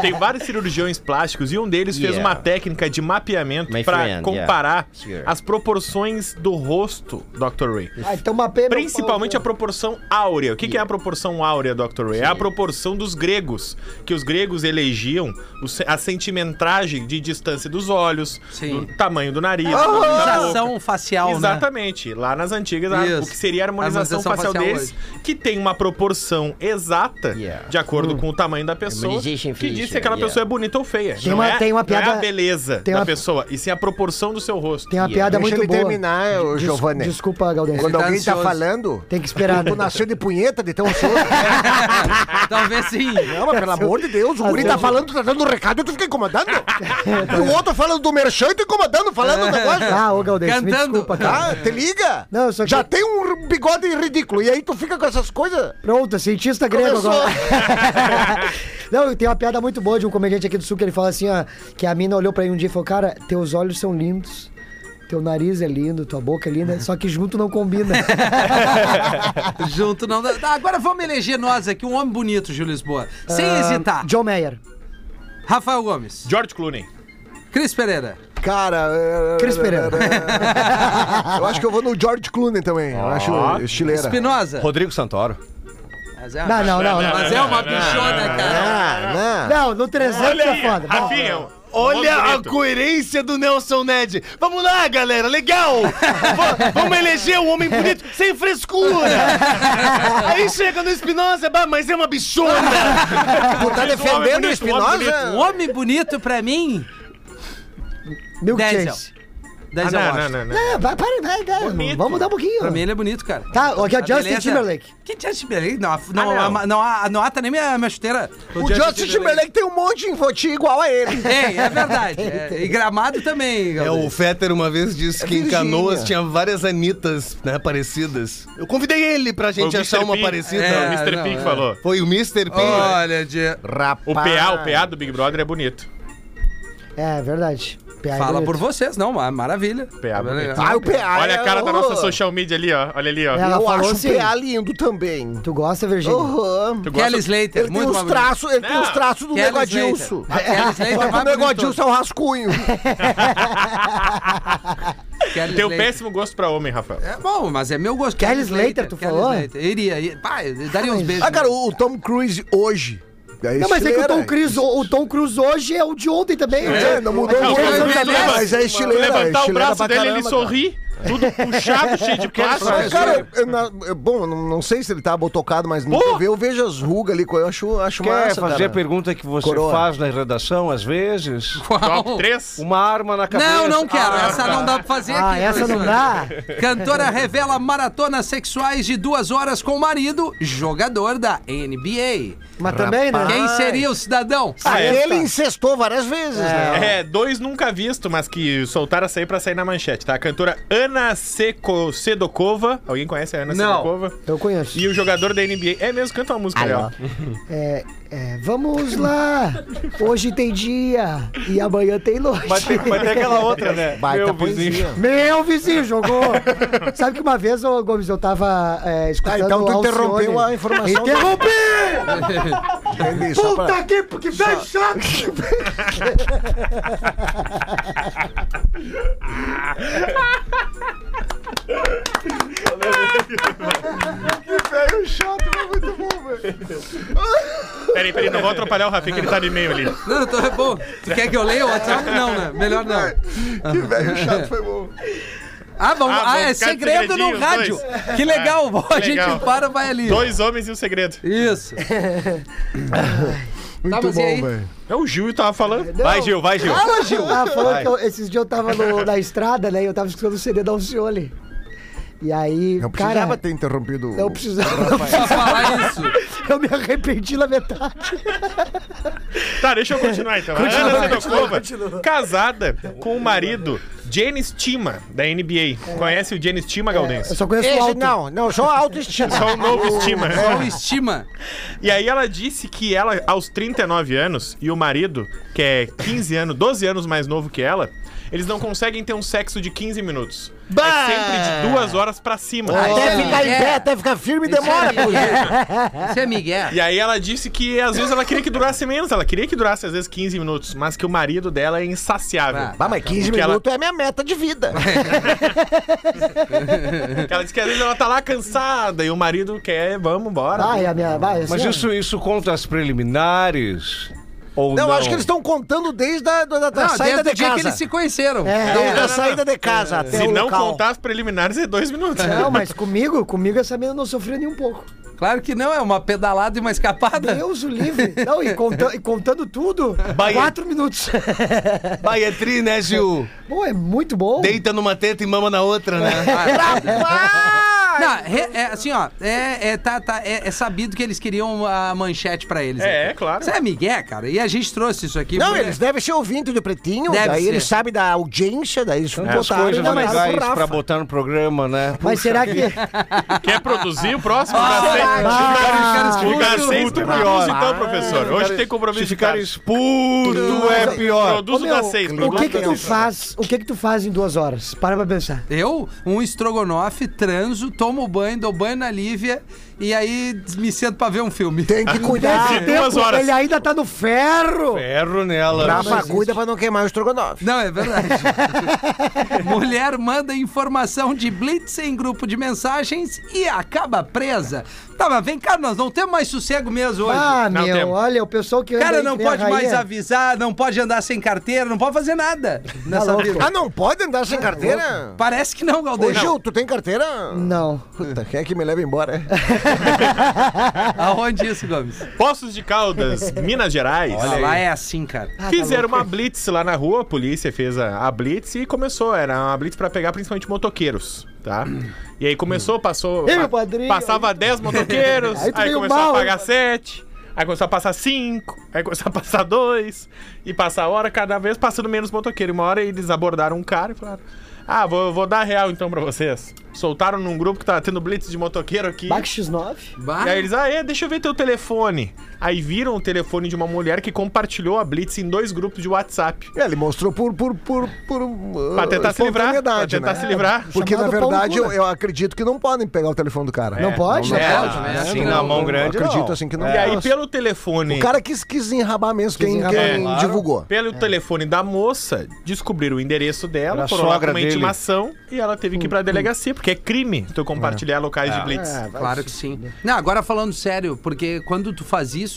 Speaker 4: Tem vários cirurgiões plásticos e um deles fez
Speaker 5: Yeah.
Speaker 4: uma técnica de mapeamento
Speaker 5: My
Speaker 4: pra
Speaker 5: friend,
Speaker 4: comparar
Speaker 5: yeah. Sure.
Speaker 4: as proporções do rosto, Dr. Ray.
Speaker 2: Ah, então mapeia meu
Speaker 4: Principalmente a
Speaker 2: pau,
Speaker 4: proporção áurea. O que, que é a proporção áurea, Dr. Ray? É a proporção dos gregos, que os gregos elegiam o se- a sentimetragem de distância dos olhos,
Speaker 1: Sim.
Speaker 4: do tamanho do nariz, do
Speaker 2: Ah,
Speaker 4: tamanho da boca.
Speaker 1: Harmonização é facial, né?
Speaker 4: Exatamente. Lá nas antigas, a-
Speaker 1: Isso.
Speaker 4: o que seria a harmonização,
Speaker 1: Harmonização
Speaker 4: facial,
Speaker 1: facial
Speaker 4: deles, que tem uma proporção exata
Speaker 5: Yeah.
Speaker 4: de acordo
Speaker 2: Hum.
Speaker 4: com o tamanho da pessoa,
Speaker 5: Harmonization
Speaker 4: que diz se
Speaker 5: feature,
Speaker 4: aquela
Speaker 5: yeah.
Speaker 4: pessoa é bonita ou feia.
Speaker 2: Tem uma- tem uma
Speaker 4: Não é
Speaker 2: piada-
Speaker 4: a beleza
Speaker 2: tem
Speaker 4: da
Speaker 2: uma-
Speaker 4: pessoa, e sim a proporção do seu rosto.
Speaker 2: Tem uma piada
Speaker 7: Deixa
Speaker 2: muito
Speaker 7: ele
Speaker 2: boa.
Speaker 7: terminar, ô,
Speaker 2: Des-
Speaker 7: Giovanni.
Speaker 2: Desculpa, Galdêncio.
Speaker 7: Quando
Speaker 1: tá
Speaker 7: alguém tá
Speaker 1: ansioso.
Speaker 7: falando,
Speaker 2: Tem que esperar, né?
Speaker 7: tu nasceu de punheta, de tão solto.
Speaker 1: <laughs> Talvez sim.
Speaker 2: <laughs>
Speaker 7: Não, mas pelo amor de Deus, o
Speaker 2: Às
Speaker 7: guri tá
Speaker 2: vezes-
Speaker 7: falando, tá dando um recado e tu fica incomodando. e o outro falando do merchan e tu incomodando, falando o negócio.
Speaker 2: <laughs> Ah, ô Galdêncio, me
Speaker 1: Cantando.
Speaker 2: desculpa, cara.
Speaker 7: Ah, te liga.
Speaker 2: Não, eu só
Speaker 7: Já
Speaker 2: que-
Speaker 7: tem um bigode ridículo e aí tu fica com essas coisas.
Speaker 2: Pronto, cientista grego
Speaker 7: Começou.
Speaker 2: agora. <laughs> Não, tem uma piada muito boa de um comediante aqui do Sul que ele fala assim, ó, que a mina olhou pra ele um dia e falou, cara, teus olhos são lindos, teu nariz é lindo, tua boca é linda, só que junto
Speaker 1: <laughs>
Speaker 2: não combina.
Speaker 1: Junto não. dá. Tá, Agora vamos eleger nós aqui, um homem bonito, Júlio Lisboa. Sem
Speaker 7: Ah,
Speaker 1: hesitar.
Speaker 2: Ah, John Mayer.
Speaker 1: Rafael Gomes.
Speaker 4: George Clooney.
Speaker 1: Cris Pereira.
Speaker 3: Cara, é,
Speaker 2: Cris
Speaker 1: <laughs>
Speaker 2: Pereira.
Speaker 3: eu acho que eu vou no George Clooney também. Eu acho estileira.
Speaker 1: Espinosa.
Speaker 5: Rodrigo Santoro.
Speaker 1: Mas é
Speaker 2: Não,
Speaker 1: uma-
Speaker 2: não, não. não.
Speaker 1: Mas
Speaker 7: um-
Speaker 1: é uma bichona, cara.
Speaker 7: Ah,
Speaker 2: Não, no 300 é foda. Vai.
Speaker 4: Rafinha,
Speaker 8: Olha
Speaker 4: um
Speaker 8: a
Speaker 4: bonito.
Speaker 8: coerência do Nelson Ned. Vamos lá, galera, legal. V- Vamos eleger um homem bonito sem frescura. Aí chega no Espinosa, bah, mas é uma bichona.
Speaker 7: tu tá
Speaker 4: Mas um homem
Speaker 7: defendendo o
Speaker 4: bonito, um homem
Speaker 7: Espinosa?
Speaker 1: Um homem bonito pra mim.
Speaker 2: Milk
Speaker 7: é
Speaker 1: Denzel.
Speaker 2: Chase.
Speaker 4: Ah,
Speaker 1: Denzel
Speaker 4: não, não,
Speaker 1: Washington.
Speaker 4: não, não.
Speaker 2: É, vai, para, vai, vai. Vamos mudar um pouquinho.
Speaker 1: Pra mim ele é bonito, cara.
Speaker 2: Tá, aqui é
Speaker 1: A
Speaker 2: Justin
Speaker 1: beleza-
Speaker 2: Timberlake.
Speaker 1: Que Justin Timberlake? Não, af- não,
Speaker 4: não.
Speaker 1: a- não, a- não ata nem minha, minha chuteira.
Speaker 7: O Justin Timberlake tem um monte de infantil igual a ele.
Speaker 1: Ei, é
Speaker 2: <laughs>
Speaker 1: verdade. É, e gramado também,
Speaker 8: É,
Speaker 1: galera.
Speaker 8: o Fetter uma vez disse que em
Speaker 7: Virgínia.
Speaker 8: Canoas tinha várias Anitas, né, parecidas. Eu convidei ele pra gente
Speaker 4: Foi o
Speaker 8: achar
Speaker 4: Mr.
Speaker 8: uma
Speaker 4: P.
Speaker 8: parecida.
Speaker 4: É,
Speaker 1: É,
Speaker 4: o Mr.
Speaker 1: não,
Speaker 4: P que
Speaker 1: é.
Speaker 4: falou.
Speaker 8: Foi o Mr. P.
Speaker 5: né?
Speaker 1: Olha, de...
Speaker 7: Rapaz.
Speaker 4: O PA, o PA do Big Brother é bonito.
Speaker 2: É, verdade. PA é
Speaker 1: Fala
Speaker 2: bonito.
Speaker 1: por vocês, não, ma- maravilha.
Speaker 4: PA bonito.
Speaker 7: Ah, o PA.
Speaker 4: Olha a cara da
Speaker 7: é-
Speaker 4: nossa
Speaker 7: oh.
Speaker 4: social media ali, ó. Olha ali, ó.
Speaker 2: É, Ela
Speaker 7: Eu
Speaker 2: falou
Speaker 7: acho
Speaker 2: assim.
Speaker 7: o PA lindo também.
Speaker 2: Tu gosta, Virgínia?
Speaker 7: Aham.
Speaker 4: Tu gosta-
Speaker 1: Kelly Slater,
Speaker 7: Ele tem
Speaker 1: muito
Speaker 7: os
Speaker 1: mais bonito.
Speaker 7: traços, ele tem
Speaker 4: Não,
Speaker 7: os traços do
Speaker 1: Kelly
Speaker 7: Negodilson.
Speaker 1: Slater. A Kelly Slater é
Speaker 7: Só que o
Speaker 1: mais bonito.
Speaker 7: Negodilson é um rascunho.
Speaker 1: Kelly Slater.
Speaker 4: Teu um péssimo gosto pra homem, Rafael.
Speaker 1: É bom, mas é meu gosto.
Speaker 2: Kelly Slater, tu falou? ah,
Speaker 1: Slater. Iria, iria. Pá, eu daria uns beijos.
Speaker 7: Ah, cara, o o Tom Cruise hoje.
Speaker 3: É
Speaker 2: Não, mas é que o
Speaker 3: estileira.
Speaker 2: Tom Cruise, o o Tom Cruise hoje é o de ontem também. né?
Speaker 3: É, não mudou
Speaker 4: Não,
Speaker 3: muito,
Speaker 4: mas
Speaker 3: mas,
Speaker 4: ele leva-
Speaker 3: é estileira.
Speaker 4: Levantar o
Speaker 3: estileira
Speaker 4: braço
Speaker 3: pra
Speaker 4: dele, ele
Speaker 3: caramba, cara.
Speaker 4: sorri, <laughs> tudo puxado, cheio de plástico.
Speaker 3: Mas, cara, eu- na- eu- bom, eu não, não sei se ele tá botocado, mas no
Speaker 4: Pô!
Speaker 3: TV eu vejo as rugas ali, eu acho, acho
Speaker 5: Quer
Speaker 3: massa,
Speaker 5: fazer a
Speaker 3: cara.
Speaker 5: pergunta que você
Speaker 3: Coroa.
Speaker 5: faz na redação, às vezes?
Speaker 4: Top 3.
Speaker 5: Uma arma na cabeça.
Speaker 1: Não, não quero.
Speaker 5: Ah,
Speaker 1: essa
Speaker 5: tá.
Speaker 1: não dá pra fazer
Speaker 2: Ah,
Speaker 1: aqui.
Speaker 2: essa não
Speaker 1: Luciano.
Speaker 2: dá?
Speaker 1: Cantora revela maratonas sexuais de duas horas com o marido, jogador da NBA.
Speaker 2: Mas também, né?
Speaker 1: Quem seria o cidadão?
Speaker 4: Ah, é.
Speaker 7: Ele incestou várias vezes, né?
Speaker 4: É, dois nunca visto, mas que soltaram essa aí pra sair na manchete, tá? A cantora Ana Seco Sedokova. Alguém conhece a Ana
Speaker 1: Não.
Speaker 4: Sedokova?
Speaker 2: Eu conheço.
Speaker 4: E o jogador da NBA. É mesmo, canta uma música dela.
Speaker 2: É, é, vamos lá. Hoje tem dia e amanhã tem noite.
Speaker 5: Mas tem, mas tem aquela outra, né?
Speaker 7: Baita
Speaker 5: Meu vizinho.
Speaker 7: poesia.
Speaker 2: Meu vizinho jogou. Sabe que uma vez, ô Gomes, eu tava é, escutando
Speaker 3: Tá, então tu
Speaker 2: Alcione.
Speaker 3: interrompeu a informação.
Speaker 2: Interrompi!
Speaker 3: Entendi, só pra-
Speaker 2: Puta que, que velho chato!
Speaker 4: Peraí, peraí, não vou atrapalhar o Rafinha que ele tá no e-mail ali.
Speaker 1: Não, eu tô é bom. Tu quer que eu leia o WhatsApp? Não, né? Melhor não.
Speaker 3: Que velho chato foi bom.
Speaker 1: Ah, vamos.
Speaker 4: Ah,
Speaker 1: Ah,
Speaker 4: vamos
Speaker 1: é
Speaker 4: ficar de
Speaker 1: segredo no
Speaker 4: segredinho,
Speaker 1: rádio.
Speaker 4: os
Speaker 1: Que legal.
Speaker 4: Ah,
Speaker 1: a
Speaker 4: legal.
Speaker 1: gente para, vai ali.
Speaker 4: Dois homens e o segredo.
Speaker 1: Isso. Tá,
Speaker 3: Muito
Speaker 1: mas e aí?
Speaker 3: bom, velho.
Speaker 4: É o Gil que tava falando.
Speaker 5: Vai, Gil, vai, Gil.
Speaker 2: Fala, Gil! Ah, falou que eu- esses dias eu tava no- na estrada, né? E eu tava escutando o CD da Alcione. E aí,
Speaker 3: Não precisava
Speaker 2: cara...
Speaker 3: ter interrompido.
Speaker 2: Eu precisava...
Speaker 1: Só falar isso.
Speaker 2: Eu me arrependi na metade.
Speaker 4: Tá, deixa eu continuar então. A Ana Sedokova, casada com o marido Janis Tima, da NBA.
Speaker 2: É.
Speaker 4: Conhece o Janis Tima, Galdense?
Speaker 2: Eu só conheço o
Speaker 7: Esse,
Speaker 2: alto.
Speaker 7: não, não, só autoestima.
Speaker 4: Só o novo Stima.
Speaker 1: Qual estima?
Speaker 4: É, E aí ela disse que ela, aos 39 anos, e o marido, que é 15 anos, 12 anos mais novo que ela, eles não conseguem ter um sexo de 15 minutos. É sempre de duas horas pra cima.
Speaker 7: Até Ah, ficar em
Speaker 1: é.
Speaker 7: pé, até ficar firme, demora.
Speaker 1: Isso é Miguel. Isso é Miguel.
Speaker 4: E aí ela disse que às vezes ela queria que durasse menos, ela queria que durasse às vezes 15 minutos, mas que o marido dela é insaciável.
Speaker 1: Ah,
Speaker 7: Ah, mas 15
Speaker 4: Porque ela-
Speaker 7: minutos é minha meta de vida.
Speaker 4: Ela disse que às vezes ela tá lá cansada e o marido quer, vamos embora.
Speaker 2: Vai, a minha... Vai,
Speaker 5: Mas
Speaker 2: assim,
Speaker 5: isso, isso conta as preliminares? Ou não?
Speaker 7: Não, acho que eles estão contando desde a da, da- da
Speaker 1: Não,
Speaker 7: saída
Speaker 1: desde o
Speaker 7: de
Speaker 1: dia que
Speaker 7: casa.
Speaker 1: eles se conheceram.
Speaker 2: É.
Speaker 7: Desde
Speaker 4: Não, não,
Speaker 7: a
Speaker 4: não,
Speaker 7: saída de casa até
Speaker 4: Se
Speaker 7: o
Speaker 4: não
Speaker 7: um local.
Speaker 4: contar as preliminares, é dois minutos.
Speaker 2: Não, mas comigo, comigo essa menina não sofreu nem um pouco.
Speaker 1: Claro que não, é uma pedalada e uma escapada.
Speaker 2: Deus o livre. Não, e, conta- e contando tudo,
Speaker 8: Bahia.
Speaker 2: quatro minutos.
Speaker 8: Vai, é tri, né, Gil?
Speaker 2: Pô, é muito bom.
Speaker 8: Deita numa teta e mama na outra, né?
Speaker 5: É,
Speaker 1: Não, re- é, assim, ó, é, é, tá, tá, é, é sabido que eles queriam a manchete pra eles.
Speaker 4: É,
Speaker 1: aqui.
Speaker 4: é claro.
Speaker 1: Isso é Miguel, cara. E a gente trouxe isso aqui.
Speaker 7: Não,
Speaker 1: porque-
Speaker 7: eles devem ser ouvindo de pretinho,
Speaker 1: Deve
Speaker 7: daí
Speaker 1: ser.
Speaker 7: eles sabem da audiência, daí
Speaker 2: Então
Speaker 7: eles
Speaker 5: Tantas
Speaker 7: botaram
Speaker 5: coisas
Speaker 7: ainda mais
Speaker 5: legais
Speaker 7: pro Rafa.
Speaker 5: pra botar no programa, né?
Speaker 2: Mas será que.
Speaker 4: Quer produzir o próximo?
Speaker 1: Ah,
Speaker 4: Lugar seis- Lugar
Speaker 1: muito
Speaker 4: 6 tu produz então, professor. Hoje tem compromisso
Speaker 5: Se
Speaker 4: de
Speaker 5: ficar
Speaker 4: casa.
Speaker 5: expulso é pior.
Speaker 2: Ô,
Speaker 4: Produz o
Speaker 2: meu,
Speaker 4: da 6.
Speaker 2: o que que tu faz? O que que tu faz em duas horas? Para pra pensar.
Speaker 1: Eu, um estrogonofe, transo, tomo banho, dou banho na Lívia e aí me sento pra ver um filme.
Speaker 7: Tem que cuidar.
Speaker 4: De duas horas.
Speaker 2: Ele ainda tá no ferro.
Speaker 5: Erro nela.
Speaker 7: Rafa, cuida pra não queimar o estrogonofe.
Speaker 1: Não, é verdade. <laughs> Mulher manda informação de blitz em grupo de mensagens e acaba presa. Tá, mas vem cá, nós não temos mais sossego mesmo hoje.
Speaker 2: Ah,
Speaker 4: Não
Speaker 2: meu,
Speaker 4: temos.
Speaker 2: olha, o pessoal que.
Speaker 1: O
Speaker 2: anda
Speaker 1: cara
Speaker 2: aí
Speaker 1: não
Speaker 2: que nem a
Speaker 1: pode mais
Speaker 2: rainha.
Speaker 1: avisar, não pode andar sem carteira, não pode fazer nada nessa
Speaker 2: Tá louco.
Speaker 1: vida.
Speaker 7: Ah, não pode andar sem carteira?
Speaker 1: Parece que não,
Speaker 7: Ô,
Speaker 1: Galdês.
Speaker 7: Gil, tu tem carteira?
Speaker 2: Não.
Speaker 7: Puta, quem é que me leva embora?
Speaker 1: Aonde isso, Gomes?
Speaker 4: Poços de Caldas, Minas Gerais.
Speaker 1: Ah, lá é assim, cara.
Speaker 2: Ah, tá
Speaker 4: Fizeram uma blitz lá na rua, a polícia fez a, a blitz e começou. Era uma blitz pra pegar principalmente motoqueiros, tá? E aí começou, passou.
Speaker 2: Ei, meu
Speaker 4: pa-
Speaker 2: padrinho,
Speaker 4: passava 10 motoqueiros, <laughs>
Speaker 2: Aí tu
Speaker 4: aí
Speaker 2: veio
Speaker 4: começou
Speaker 2: mal,
Speaker 4: a
Speaker 2: hein?
Speaker 4: pagar 7, aí começou a passar 5, aí começou a passar 2, e passa a hora, cada vez passando menos motoqueiro. E uma hora eles abordaram um cara e falaram: Ah, vou, vou dar real então pra vocês. Soltaram num grupo que tava tendo blitz de motoqueiro aqui.
Speaker 2: Bac X9?
Speaker 1: Bah.
Speaker 4: E aí eles, ah, é, deixa eu ver teu telefone. Aí viram o telefone de uma mulher que compartilhou a Blitz em dois grupos de WhatsApp.
Speaker 3: É, ele mostrou por. por, por, por uh,
Speaker 4: Pra tentar se livrar. Pra
Speaker 3: espontaneidade,
Speaker 4: tentar
Speaker 3: né?
Speaker 4: se livrar.
Speaker 3: Porque, na
Speaker 2: Chamado pau no
Speaker 3: verdade,
Speaker 2: cu,
Speaker 3: eu, eu acredito que não podem pegar o telefone do cara.
Speaker 2: não pode?
Speaker 5: É,
Speaker 1: Não pode, né?
Speaker 5: assim,
Speaker 1: Não,
Speaker 5: na mão grande,
Speaker 3: Eu acredito
Speaker 5: não.
Speaker 3: assim que não
Speaker 4: E aí,
Speaker 3: posso.
Speaker 4: pelo telefone.
Speaker 3: O cara quis, quis enrabar mesmo quem,
Speaker 2: enrabar,
Speaker 3: quem
Speaker 4: claro.
Speaker 3: divulgou.
Speaker 4: Pelo telefone da moça, descobriram o endereço dela,
Speaker 5: Era a
Speaker 4: foram lá
Speaker 5: sogra
Speaker 4: com uma
Speaker 5: dele,
Speaker 4: estimação e ela teve que ir pra delegacia, porque é crime tu compartilhar locais de blitz.
Speaker 1: Claro que sim. Não, agora falando sério, porque quando tu faz isso,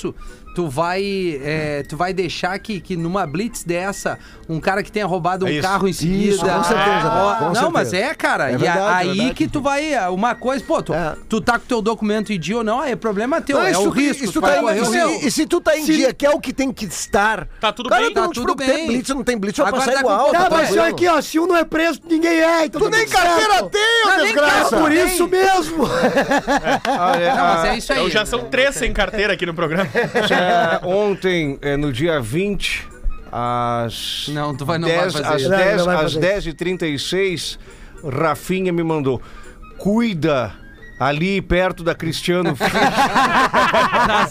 Speaker 1: tu vai, é, tu vai deixar que, que numa blitz dessa, um cara que tenha roubado um
Speaker 4: É isso.
Speaker 1: carro em seguida. Ah,
Speaker 7: com certeza,
Speaker 1: ó,
Speaker 7: com
Speaker 1: não,
Speaker 7: certeza.
Speaker 1: mas é, cara.
Speaker 7: É
Speaker 1: e a-
Speaker 7: verdade,
Speaker 1: aí
Speaker 7: é verdade.
Speaker 1: que tu vai. Uma coisa, pô, tu,
Speaker 7: É.
Speaker 1: tu tá com teu documento em dia ou não, aí é problema teu.
Speaker 7: Não,
Speaker 1: é
Speaker 7: isso
Speaker 1: o
Speaker 7: que-
Speaker 1: risco.
Speaker 7: isso
Speaker 1: tu
Speaker 7: tá
Speaker 1: vai
Speaker 7: em-
Speaker 1: correr o
Speaker 7: se-
Speaker 1: risco.
Speaker 7: E se tu tá em dia, que é o que tem que estar.
Speaker 4: Tá tudo
Speaker 7: cara,
Speaker 4: bem.
Speaker 7: tu
Speaker 1: Tá
Speaker 7: não te
Speaker 1: tudo
Speaker 7: preocupa, tem
Speaker 1: bem.
Speaker 7: blitz, não tem blitz, vai
Speaker 1: Agora
Speaker 7: passar
Speaker 1: tá com
Speaker 7: igual.
Speaker 1: conta,
Speaker 2: Não, mas
Speaker 1: tranquilo.
Speaker 2: isso aqui, ó, se um não é preso, ninguém é. Então
Speaker 7: Tu
Speaker 2: tá
Speaker 7: nem
Speaker 2: tudo certo.
Speaker 7: carteira tem,
Speaker 1: Não,
Speaker 7: ô
Speaker 1: nem
Speaker 7: desgraça.
Speaker 1: carteira
Speaker 2: é Por isso mesmo.
Speaker 1: Não, mas é isso aí.
Speaker 4: Eu já são três sem carteira aqui no programa.
Speaker 5: É, ontem, é, no dia 20, às.
Speaker 1: Não, tu vai- não vai
Speaker 5: 10,
Speaker 1: fazer
Speaker 5: às
Speaker 1: isso.
Speaker 2: Não, não
Speaker 5: 10,
Speaker 2: vai
Speaker 5: às
Speaker 2: fazer
Speaker 5: 10 e 36 Rafinha me mandou. Cuida ali perto da
Speaker 7: <laughs>
Speaker 5: Cristiano.
Speaker 1: Tá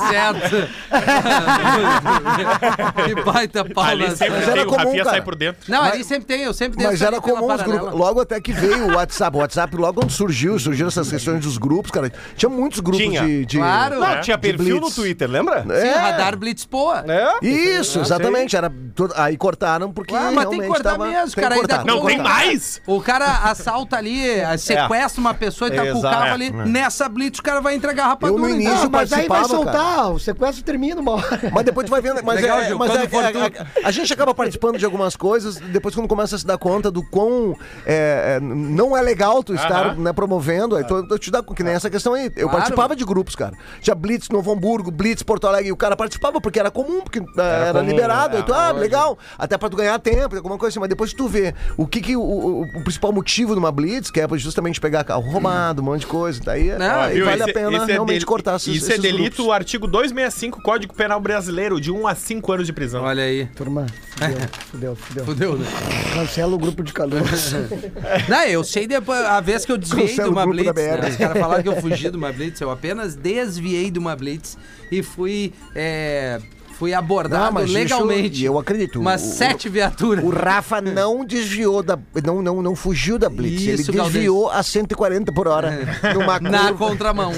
Speaker 1: certo. que baita pau
Speaker 4: Ali
Speaker 1: na-
Speaker 4: sempre
Speaker 7: era
Speaker 4: tem, o
Speaker 7: comum,
Speaker 4: Rafinha
Speaker 7: cara.
Speaker 4: sai por dentro.
Speaker 1: Não, ali sempre tem, eu sempre tenho
Speaker 7: Mas
Speaker 1: essa
Speaker 7: era
Speaker 1: ali pela né?
Speaker 7: comum os
Speaker 1: paralela.
Speaker 7: grupos. Logo até que veio o WhatsApp. O WhatsApp, logo quando surgiu, surgiram essas questões dos grupos, cara. Tinha muitos grupos
Speaker 5: Tinha.
Speaker 7: de, de.
Speaker 1: Claro.
Speaker 5: Não,
Speaker 1: É,
Speaker 5: tinha
Speaker 7: de
Speaker 5: perfil no
Speaker 7: blitz.
Speaker 5: Twitter, lembra?
Speaker 1: Sim,
Speaker 7: É.
Speaker 1: radar Blitz Poa.
Speaker 5: É.
Speaker 7: Isso, exatamente. Era todo- Aí cortaram porque.
Speaker 1: Ah, mas tem que
Speaker 7: realmente
Speaker 1: cortar
Speaker 7: tava-
Speaker 1: mesmo,
Speaker 7: tem
Speaker 1: cara,
Speaker 7: que
Speaker 1: aí dá
Speaker 7: cortar.
Speaker 1: Não,
Speaker 4: Não,
Speaker 1: Vou
Speaker 4: tem
Speaker 1: contar.
Speaker 4: mais!
Speaker 1: O cara assalta ali, sequestra uma pessoa e tá com o
Speaker 5: Exato.
Speaker 1: carro
Speaker 4: É.
Speaker 1: ali. Nessa blitz o cara vai entregar a
Speaker 7: Eu no
Speaker 1: rapadura. então.
Speaker 7: início
Speaker 2: Ah, mas aí vai
Speaker 7: participava,
Speaker 2: soltar,
Speaker 7: cara.
Speaker 2: o sequestro termina uma hora.
Speaker 7: Mas depois tu vai vendo. Mas
Speaker 1: Legal,
Speaker 7: é,
Speaker 1: Gil,
Speaker 7: mas
Speaker 1: quando
Speaker 7: é-
Speaker 1: for
Speaker 7: é-
Speaker 1: tu.
Speaker 7: é- a gente acaba participando de algumas coisas, depois quando começa a se dar conta do quão é, é, não é legal tu estar né, promovendo, aí tu, tu te dá que nem essa questão aí. Eu
Speaker 1: É. Claro.
Speaker 7: participava de grupos, cara. Tinha Blitz Novo Hamburgo, Blitz Porto Alegre, e o cara participava porque era comum, porque é, era,
Speaker 5: comum,
Speaker 7: liberado.
Speaker 5: é,
Speaker 7: aí tu, ah, legal, até pra tu ganhar tempo, alguma coisa assim. Mas depois tu vê o que, que o, o- o principal motivo de uma Blitz, que é justamente pegar carro roubado, um monte de coisa, daí
Speaker 1: Não,
Speaker 7: aí
Speaker 4: Viu?
Speaker 7: vale
Speaker 4: Esse-
Speaker 7: a pena
Speaker 4: esse é
Speaker 7: realmente
Speaker 4: deli-
Speaker 7: cortar esses,
Speaker 4: Isso é
Speaker 7: esses
Speaker 4: delito,
Speaker 7: grupos.
Speaker 4: o artigo 265, Código Penal Brasileiro, de 1 a 5 anos de prisão.
Speaker 1: Olha aí.
Speaker 2: Turma, fudeu, fudeu, fudeu.
Speaker 1: Fudeu, né?
Speaker 2: Cancela o grupo de calor.
Speaker 1: Não, eu sei depois, a vez que eu desviei
Speaker 7: Cancela
Speaker 1: de
Speaker 7: o
Speaker 1: uma
Speaker 7: grupo
Speaker 1: blitz,
Speaker 7: da BR.
Speaker 1: né? os caras falaram que eu fugi de
Speaker 7: <laughs>
Speaker 1: uma blitz, eu apenas desviei de uma blitz e fui, é, fui abordado
Speaker 7: Não, mas isso
Speaker 1: legalmente.
Speaker 7: eu acredito.
Speaker 1: Umas
Speaker 7: O-
Speaker 1: sete viaturas.
Speaker 7: <laughs> O Rafa não desviou da. Não, não, não fugiu da Blitz.
Speaker 1: Isso,
Speaker 7: ele
Speaker 1: Galdêncio.
Speaker 7: desviou a 140 por hora numa
Speaker 1: Na
Speaker 7: curva. <laughs>
Speaker 1: contramão.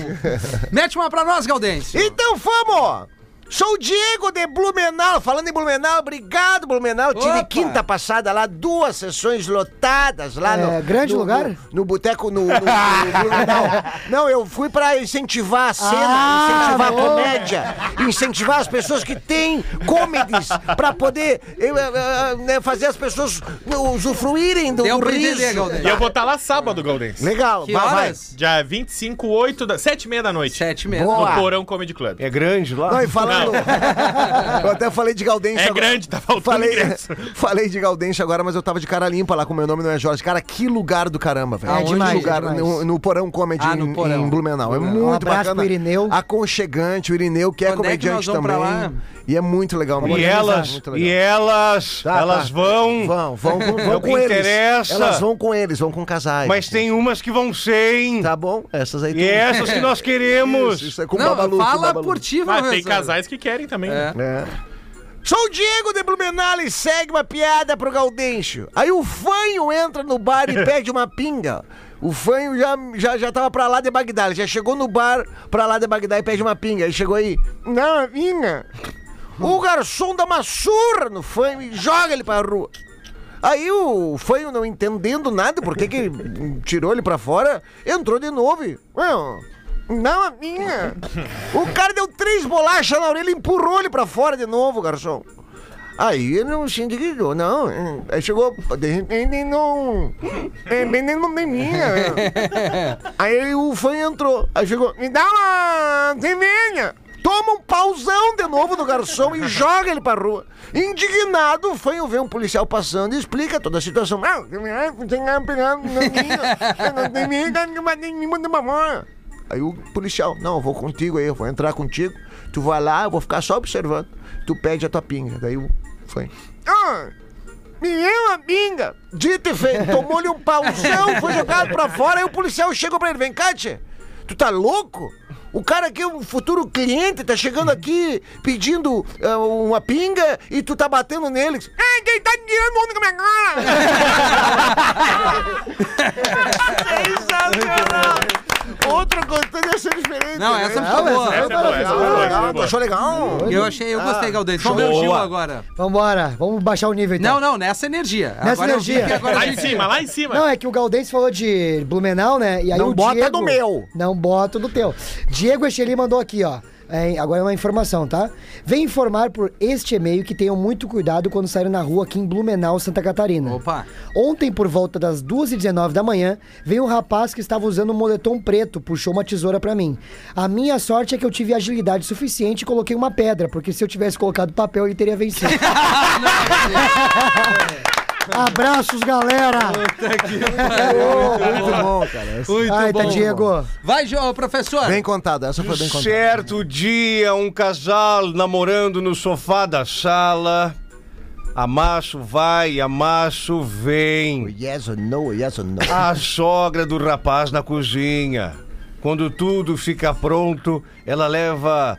Speaker 1: Mete uma pra nós, Gaudêncio.
Speaker 7: Então vamos! Sou o Diego de Blumenau. Falando em Blumenau, obrigado, Blumenau. Tive
Speaker 1: Opa!
Speaker 7: quinta passada lá, duas sessões lotadas lá
Speaker 2: É,
Speaker 7: no.
Speaker 2: grande
Speaker 7: no-
Speaker 2: lugar?
Speaker 7: No, no boteco no, no- no
Speaker 2: <laughs>
Speaker 7: Blumenau. Não, eu fui pra incentivar a cena,
Speaker 2: Ah,
Speaker 7: incentivar a
Speaker 2: boa!
Speaker 7: comédia, incentivar as pessoas que têm comedies pra poder eh, eh, eh, né, fazer as pessoas usufruírem do,
Speaker 1: Deu um
Speaker 7: do
Speaker 1: pra
Speaker 7: riso.
Speaker 1: entender,
Speaker 4: E
Speaker 1: Gaudêncio.
Speaker 4: eu vou estar lá sábado, Galdense.
Speaker 7: Legal,
Speaker 1: Que
Speaker 7: vai, vai.
Speaker 1: horas?
Speaker 4: Dia 25, 8 da... 7 e meia da noite.
Speaker 1: Sete e meia.
Speaker 7: Boa.
Speaker 4: No Porão Comedy Club.
Speaker 5: É grande lá.
Speaker 7: Não, e falando. <laughs> eu até falei de Gaudêncio.
Speaker 4: É
Speaker 7: agora-
Speaker 4: grande, tá faltando
Speaker 7: Falei,
Speaker 4: ingresso.
Speaker 7: <laughs> falei de Gaudêncio agora, mas eu tava de cara limpa lá com o meu nome, não é Jorge. Cara, que lugar do caramba, velho.
Speaker 2: É
Speaker 7: Que
Speaker 2: demais,
Speaker 7: lugar,
Speaker 2: é demais.
Speaker 7: No, no Porão Comedy
Speaker 1: Ah, no
Speaker 7: em,
Speaker 1: Porão.
Speaker 7: em Blumenau. É muito
Speaker 2: Um abraço
Speaker 7: bacana.
Speaker 2: pro Irineu.
Speaker 7: Aconchegante, o Irineu, que é
Speaker 1: Quando é que nós
Speaker 7: comediante
Speaker 1: vamos pra
Speaker 7: também.
Speaker 1: lá?
Speaker 7: E é muito legal. mano.
Speaker 5: E elas,
Speaker 7: Muito
Speaker 5: e
Speaker 7: legal.
Speaker 5: elas,
Speaker 7: Tá,
Speaker 5: elas
Speaker 7: tá.
Speaker 5: vão,
Speaker 7: Vão, vão, vão,
Speaker 5: É o
Speaker 7: vão
Speaker 5: que
Speaker 7: com eles.
Speaker 5: interessa.
Speaker 7: Elas vão com eles, vão com casais.
Speaker 5: mas tem umas que vão sem.
Speaker 7: Tá bom? Essas aí
Speaker 5: E essas que nós queremos.
Speaker 7: <laughs> Isso, isso é com
Speaker 1: Não,
Speaker 7: Babalu. com
Speaker 1: fala
Speaker 7: Babalu.
Speaker 1: por ti,
Speaker 4: Ah,
Speaker 1: professor.
Speaker 4: tem casais que querem também. né?
Speaker 7: É. Sou o Diego de Blumenau e segue uma piada pro Gaudêncio. Aí o fanho entra no bar e pede uma pinga. O fanho já, já, já tava pra lá de Bagdá. Ele já chegou no bar pra lá de Bagdá e pede uma pinga. Ele chegou aí. Não, pinga. O garçom dá uma surra no fanho e joga ele pra rua. Aí o fanho, não entendendo nada, por que que tirou ele pra fora, entrou de novo. e, "Ué, Não, a minha. O cara deu três bolachas na orelha e empurrou ele pra fora de novo, garçom. Aí ele não se indignou, não. Aí chegou, de repente não. É bem não tem minha. Aí o fã entrou. Aí chegou, me dá uma teminha. Toma um pauzão de novo do garçom e joga ele pra rua. Indignado, o fanho vê um policial passando e explica toda a situação. Ah, Aí o policial, não, eu vou contigo aí, eu vou entrar contigo. Tu vai lá, eu vou ficar só observando. Tu pede a tua pinga. Daí o fanho. Ah, Menina binga! Dito e feito, tomou-lhe um pauzão, foi jogado pra fora, aí o policial chegou pra ele, vem cá, tchê, tu tá louco? O cara aqui é um futuro cliente, tá chegando aqui pedindo ah, uma pinga e tu tá batendo nele. Ei, quem tá guiando o mundo com a minha cara? Sensacional! Outro conteúdo ia ser diferente.
Speaker 1: Não,
Speaker 7: né?
Speaker 1: essa me
Speaker 2: Não,
Speaker 1: chamou.
Speaker 2: essa
Speaker 4: Essa é boa, essa é boa, essa é
Speaker 7: Legal, tu
Speaker 4: boa.
Speaker 7: achou legal?
Speaker 1: Eu achei, eu gostei,
Speaker 7: Ah.
Speaker 1: Galdêncio. Vamos ver o Gil agora.
Speaker 2: Vambora, vamos baixar o nível então.
Speaker 1: Não, não, nessa energia.
Speaker 2: Nessa
Speaker 1: agora eu vi
Speaker 2: energia.
Speaker 1: que agora a
Speaker 4: Lá em
Speaker 1: gente-
Speaker 4: cima, lá em cima.
Speaker 2: Não, é que o Galdense falou de Blumenau, né? E aí
Speaker 7: Não
Speaker 2: o
Speaker 7: bota
Speaker 2: Diego,
Speaker 7: do meu.
Speaker 2: Não bota do teu. Diego Echeli mandou aqui, ó. É, agora é uma informação, tá? Vem informar por este e-mail que tenham muito cuidado quando saírem na rua aqui em Blumenau, Santa Catarina.
Speaker 1: Opa.
Speaker 2: Ontem, por volta das 2h19 da manhã, veio um rapaz que estava usando um moletom preto, puxou uma tesoura pra mim. A minha sorte é que eu tive agilidade suficiente e coloquei uma pedra, porque se eu tivesse colocado papel, ele teria vencido.
Speaker 1: Ah, não,
Speaker 2: Abraços, galera!
Speaker 7: Muito bom, cara.
Speaker 1: Muito
Speaker 2: Ai, tá,
Speaker 1: bom.
Speaker 2: Diego.
Speaker 1: Vai, João, professor.
Speaker 7: Bem contado, essa foi bem
Speaker 5: Um
Speaker 7: contada.
Speaker 5: certo dia, um casal namorando no sofá da sala. Amasso vai, amasso vem.
Speaker 7: Yes or no, yes or no.
Speaker 5: A sogra do rapaz na cozinha. Quando tudo fica pronto, ela leva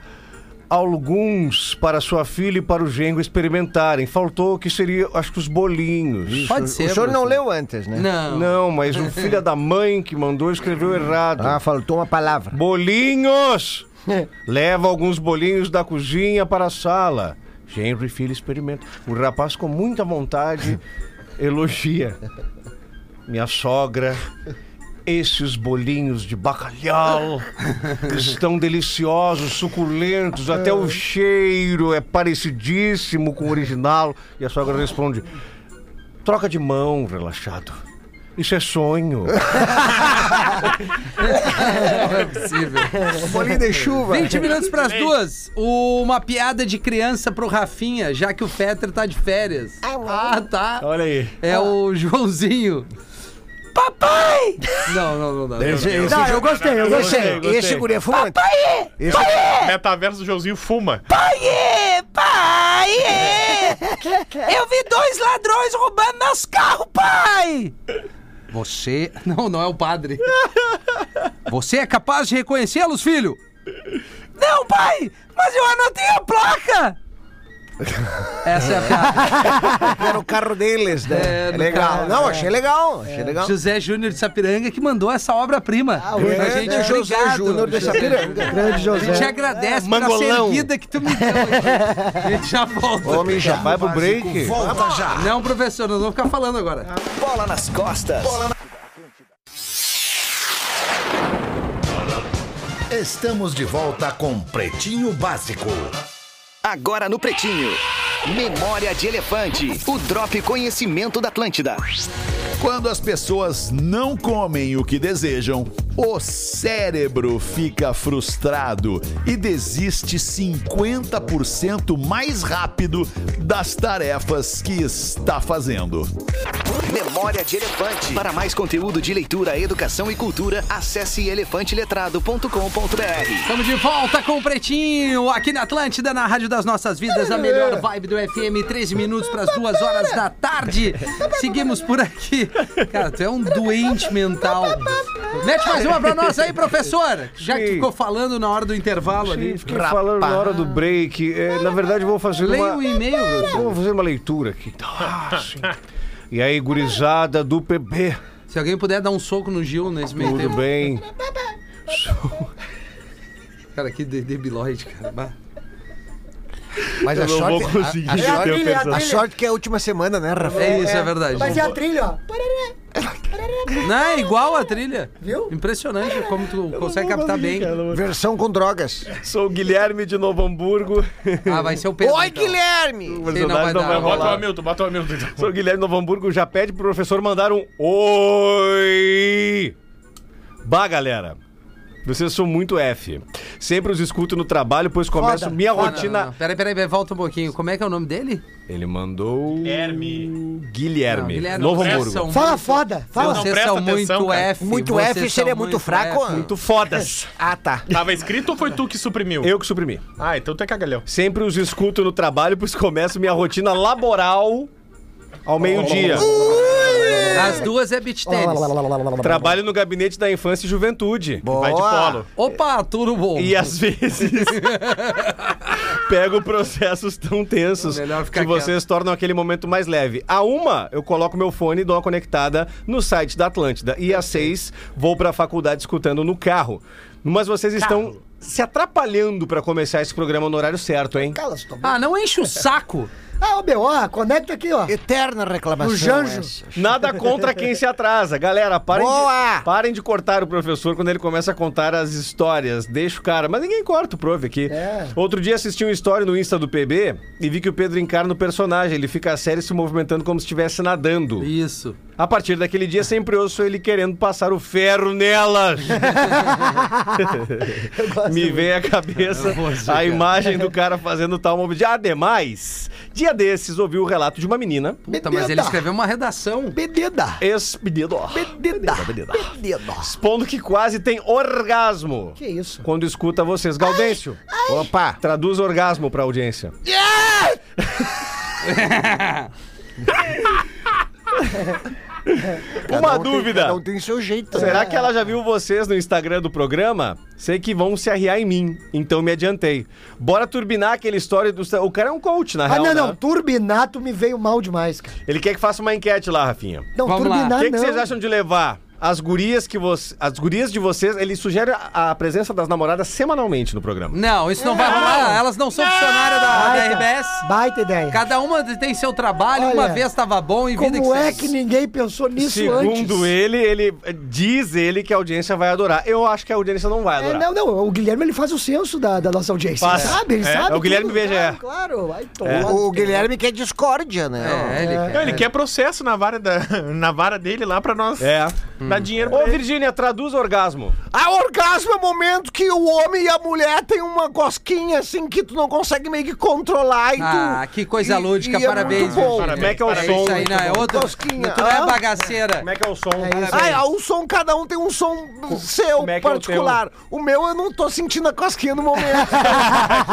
Speaker 5: alguns para sua filha e para o genro experimentarem. Faltou que seria, acho que os bolinhos.
Speaker 1: Pode
Speaker 7: o
Speaker 1: ser.
Speaker 7: senhor não
Speaker 1: professor.
Speaker 7: leu antes, né?
Speaker 1: Não.
Speaker 5: Não, mas o filho da mãe que mandou escreveu errado.
Speaker 7: Ah, faltou uma palavra.
Speaker 5: Bolinhos! Leva alguns bolinhos da cozinha para a sala. Genro e filho experimentam. O rapaz, com muita vontade, elogia. Minha sogra, esses bolinhos de bacalhau estão deliciosos, suculentos, até o cheiro é parecidíssimo com o original. E a sogra responde: troca de mão, relaxado. Isso é
Speaker 7: <laughs>
Speaker 5: sonho.
Speaker 1: Não é possível.
Speaker 7: Um Bolinho de chuva.
Speaker 1: 20 minutos para as duas. O- Uma piada de criança pro Rafinha, já que o Fetter tá de férias. Ah, tá.
Speaker 5: Olha aí.
Speaker 1: É o Joãozinho. Papai! Não, não, não, não.
Speaker 7: Não, eu gostei, eu gostei.
Speaker 5: gostei, gostei.
Speaker 7: Esse guri é fumante.
Speaker 4: Metaverso do Joãozinho fuma.
Speaker 1: é,
Speaker 7: <laughs>
Speaker 1: Eu vi dois ladrões roubando meus carros, pai! Você. Não, não é o padre. Você é capaz de reconhecê-los, filho? Não, pai! Mas eu anotei a placa! Essa é a
Speaker 7: <laughs>
Speaker 1: piada.
Speaker 7: Era o carro deles, né?
Speaker 1: É, do
Speaker 7: legal.
Speaker 1: carro,
Speaker 7: Não,
Speaker 1: é.
Speaker 7: achei legal. Achei legal.
Speaker 1: José Júnior de Sapiranga que mandou essa obra-prima. Ah,
Speaker 7: grande José Júnior de Sapiranga.
Speaker 2: Grande
Speaker 1: A gente
Speaker 2: José.
Speaker 1: agradece pela
Speaker 5: Mangolão.
Speaker 1: servida que tu me deu. aqui. A gente já volta.
Speaker 5: Homem já vai pro break.
Speaker 9: Volta já.
Speaker 1: Não, professor, nós vamos ficar falando agora.
Speaker 9: Bola nas costas. Estamos de volta com Pretinho Básico.
Speaker 10: Agora no Pretinho. Memória de Elefante. O Drop Conhecimento da Atlântida.
Speaker 11: Quando as pessoas não comem o que desejam, o cérebro fica frustrado e desiste 50% mais rápido das tarefas que está fazendo.
Speaker 10: Memória de Elefante. Para mais conteúdo de leitura, educação e cultura, acesse elefanteletrado.com.br.
Speaker 1: Estamos de volta com o Pretinho, aqui na Atlântida, na Rádio das Nossas Vidas, a melhor vibe do FM, 13 minutos para as 2 horas da tarde. Seguimos por aqui. Cara, tu é um doente mental. Mete mais uma pra nós aí, professor. Já que tu
Speaker 5: Sim.
Speaker 1: ficou falando na hora do intervalo ali.
Speaker 5: Fiquei falando na hora do break. É, na verdade, eu vou fazer
Speaker 1: Leia
Speaker 5: uma...
Speaker 1: o e-mail. Tá.
Speaker 5: Eu Vou fazer uma leitura aqui. Ah, sim. E aí, gurizada do PB.
Speaker 1: Se alguém puder dar um soco no Gil nesse meio
Speaker 5: Tudo
Speaker 1: tempo.
Speaker 5: bem?
Speaker 1: Cara, que de- debilóide, cara. Bah.
Speaker 7: Mas a sorte,
Speaker 4: conseguir
Speaker 7: a, a,
Speaker 4: ter o
Speaker 7: sorte-
Speaker 4: pensamento.
Speaker 7: a sorte que é a última semana, né, Rafa?
Speaker 1: É isso, é verdade.
Speaker 2: Mas é a trilha, ó.
Speaker 1: Não, é igual a trilha.
Speaker 2: Viu?
Speaker 1: Impressionante como tu consegue captar bem.
Speaker 7: Versão com drogas.
Speaker 5: Sou o Guilherme de Novo <laughs> Hamburgo.
Speaker 1: Ah, vai ser o Pedro.
Speaker 7: Oi,
Speaker 1: então.
Speaker 7: Guilherme!
Speaker 1: Sim, não vai dar, vai
Speaker 4: Bota o
Speaker 1: rolar.
Speaker 4: Hamilton, bota o Hamilton então.
Speaker 5: Sou o Guilherme de Novo Hamburgo. Já pede pro professor mandar um oi. Bah, galera. Vocês são muito F. Sempre os escuto no trabalho, pois começo minha
Speaker 1: Não, não,
Speaker 5: rotina.
Speaker 1: não, não. Peraí, peraí, peraí, volta um pouquinho. Como é que é o nome dele?
Speaker 5: Ele mandou.
Speaker 4: Guilherme.
Speaker 5: Guilherme. Novo
Speaker 1: vocês é
Speaker 5: Hamburgo.
Speaker 1: um são
Speaker 2: Fala
Speaker 1: muito-
Speaker 2: foda, fala.
Speaker 4: Não
Speaker 1: Vocês
Speaker 4: presta
Speaker 1: são
Speaker 4: atenção,
Speaker 1: muito
Speaker 4: cara.
Speaker 1: F.
Speaker 7: Muito
Speaker 1: vocês
Speaker 7: F
Speaker 1: são
Speaker 7: seria muito fraco?
Speaker 1: F.
Speaker 5: Muito fodas.
Speaker 7: Ah, tá.
Speaker 4: Tava escrito ou foi tu que suprimiu?
Speaker 5: <laughs> Eu que suprimi.
Speaker 4: Ah, então tu é cagalhão.
Speaker 5: Sempre os escuto no trabalho, pois começo minha rotina laboral ao meio-dia.
Speaker 1: As duas é beat tênis.
Speaker 5: Trabalho no gabinete da infância e juventude.
Speaker 4: Vai de
Speaker 7: Boa.
Speaker 4: polo.
Speaker 1: <laughs> Opa, tudo bom.
Speaker 5: E às vezes. pego processos tão tensos
Speaker 1: É melhor ficar
Speaker 5: que vocês tornam aquele momento mais leve. A uma, eu coloco meu fone e dou uma conectada no site da Atlântida. E às seis, vou pra faculdade escutando no carro. Mas vocês estão se atrapalhando pra começar esse programa no horário certo, hein?
Speaker 7: Cala sua boca.
Speaker 1: Ah, não enche o saco.
Speaker 2: Ah, ô meu, ó, conecta aqui, ó.
Speaker 7: Eterna reclamação.
Speaker 2: No Janjo.
Speaker 7: essa.
Speaker 5: Nada contra quem se atrasa. Galera, parem,
Speaker 7: Boa!
Speaker 5: De, parem de cortar o professor quando ele começa a contar as histórias. Deixa o cara. Mas ninguém corta o prof aqui.
Speaker 2: É.
Speaker 5: Outro dia assisti um story no Insta do PB e vi que o Pedro encarna o personagem. Ele fica sério se movimentando como se estivesse nadando.
Speaker 1: Isso.
Speaker 5: A partir daquele dia, sempre ouço ele querendo passar o ferro
Speaker 2: <laughs>
Speaker 5: nelas. Me vem à cabeça
Speaker 2: é.
Speaker 5: a imagem do cara fazendo tal movimento. Ademais, dia desses, ouvi o relato de uma menina
Speaker 1: Puta, mas ele escreveu uma redação.
Speaker 7: Bededa.
Speaker 5: Expedido.
Speaker 7: Bededa. Bededa.
Speaker 5: Expondo que quase tem orgasmo.
Speaker 2: Que isso?
Speaker 5: Quando escuta vocês. Gaudêncio,
Speaker 7: Opa.
Speaker 5: traduz orgasmo pra
Speaker 2: <laughs>
Speaker 5: audiência.
Speaker 2: um
Speaker 5: Uma dúvida.
Speaker 7: Não um tem seu jeito. né?
Speaker 5: Será que ela já viu vocês no Instagram do programa? Sei que vão se arriar em mim, então me adiantei. Bora turbinar aquela história do. O cara é um coach, na
Speaker 2: Ah,
Speaker 5: real.
Speaker 2: não, não.
Speaker 5: né?
Speaker 2: Turbinato me veio mal demais, cara.
Speaker 5: Ele quer que faça uma enquete lá, Rafinha.
Speaker 2: Não,
Speaker 1: Vamos lá.
Speaker 2: turbinar
Speaker 5: O que, que
Speaker 2: Ah, não.
Speaker 5: vocês acham de levar as gurias que vocês. As gurias de vocês. Ele sugere a, a presença das namoradas semanalmente no programa.
Speaker 1: Não, isso não vai rolar. Elas não são funcionárias da, da
Speaker 2: Baita,
Speaker 1: RBS.
Speaker 2: Ah, Baita ideia.
Speaker 1: Cada uma tem seu trabalho,
Speaker 2: tá. Olha,
Speaker 1: uma vez tava bom e vida
Speaker 2: Como
Speaker 1: que
Speaker 2: é
Speaker 1: segue.
Speaker 2: que ninguém pensou nisso antes?
Speaker 5: Segundo ele, ele eh, diz ele que a audiência vai adorar. Eu acho que a audiência não vai
Speaker 2: É,
Speaker 5: adorar.
Speaker 2: não, não, o Guilherme ele faz o censo da, da nossa audiência.
Speaker 5: Faz.
Speaker 2: Sabe, ele
Speaker 5: É,
Speaker 2: sabe.
Speaker 5: é o Guilherme
Speaker 2: tudo,
Speaker 5: BGE.
Speaker 2: Claro, claro, vai tomar.
Speaker 5: É.
Speaker 7: O, o Guilherme quer discórdia, né?
Speaker 1: É, ele
Speaker 4: Não,
Speaker 1: quer.
Speaker 4: ele quer processo na vara, da, <laughs> na vara dele lá pra nós
Speaker 5: É.
Speaker 4: dar dinheiro pra
Speaker 5: Ô,
Speaker 4: ele.
Speaker 5: Virgínia, traduz orgasmo.
Speaker 7: A orgasmo é o momento que o homem e a mulher têm uma cosquinha assim que tu não consegue meio que controlar e tu.
Speaker 1: Ah, que coisa
Speaker 7: e-
Speaker 1: lúdica,
Speaker 7: e é
Speaker 1: parabéns,
Speaker 7: muito bom.
Speaker 1: Virgínia.
Speaker 5: Como é que é o
Speaker 1: Parabéns,
Speaker 5: som?
Speaker 1: Isso aí, não, é outro.
Speaker 7: Tosquinha,
Speaker 1: Tu não
Speaker 2: ah.
Speaker 1: é
Speaker 7: hã?
Speaker 1: bagaceira.
Speaker 5: Como é que é o som?
Speaker 7: Ah, é, o som, cada um tem um som seu
Speaker 5: como é que é o
Speaker 7: particular. o, meu eu não tô sentindo a cosquinha
Speaker 5: <laughs>
Speaker 7: no momento.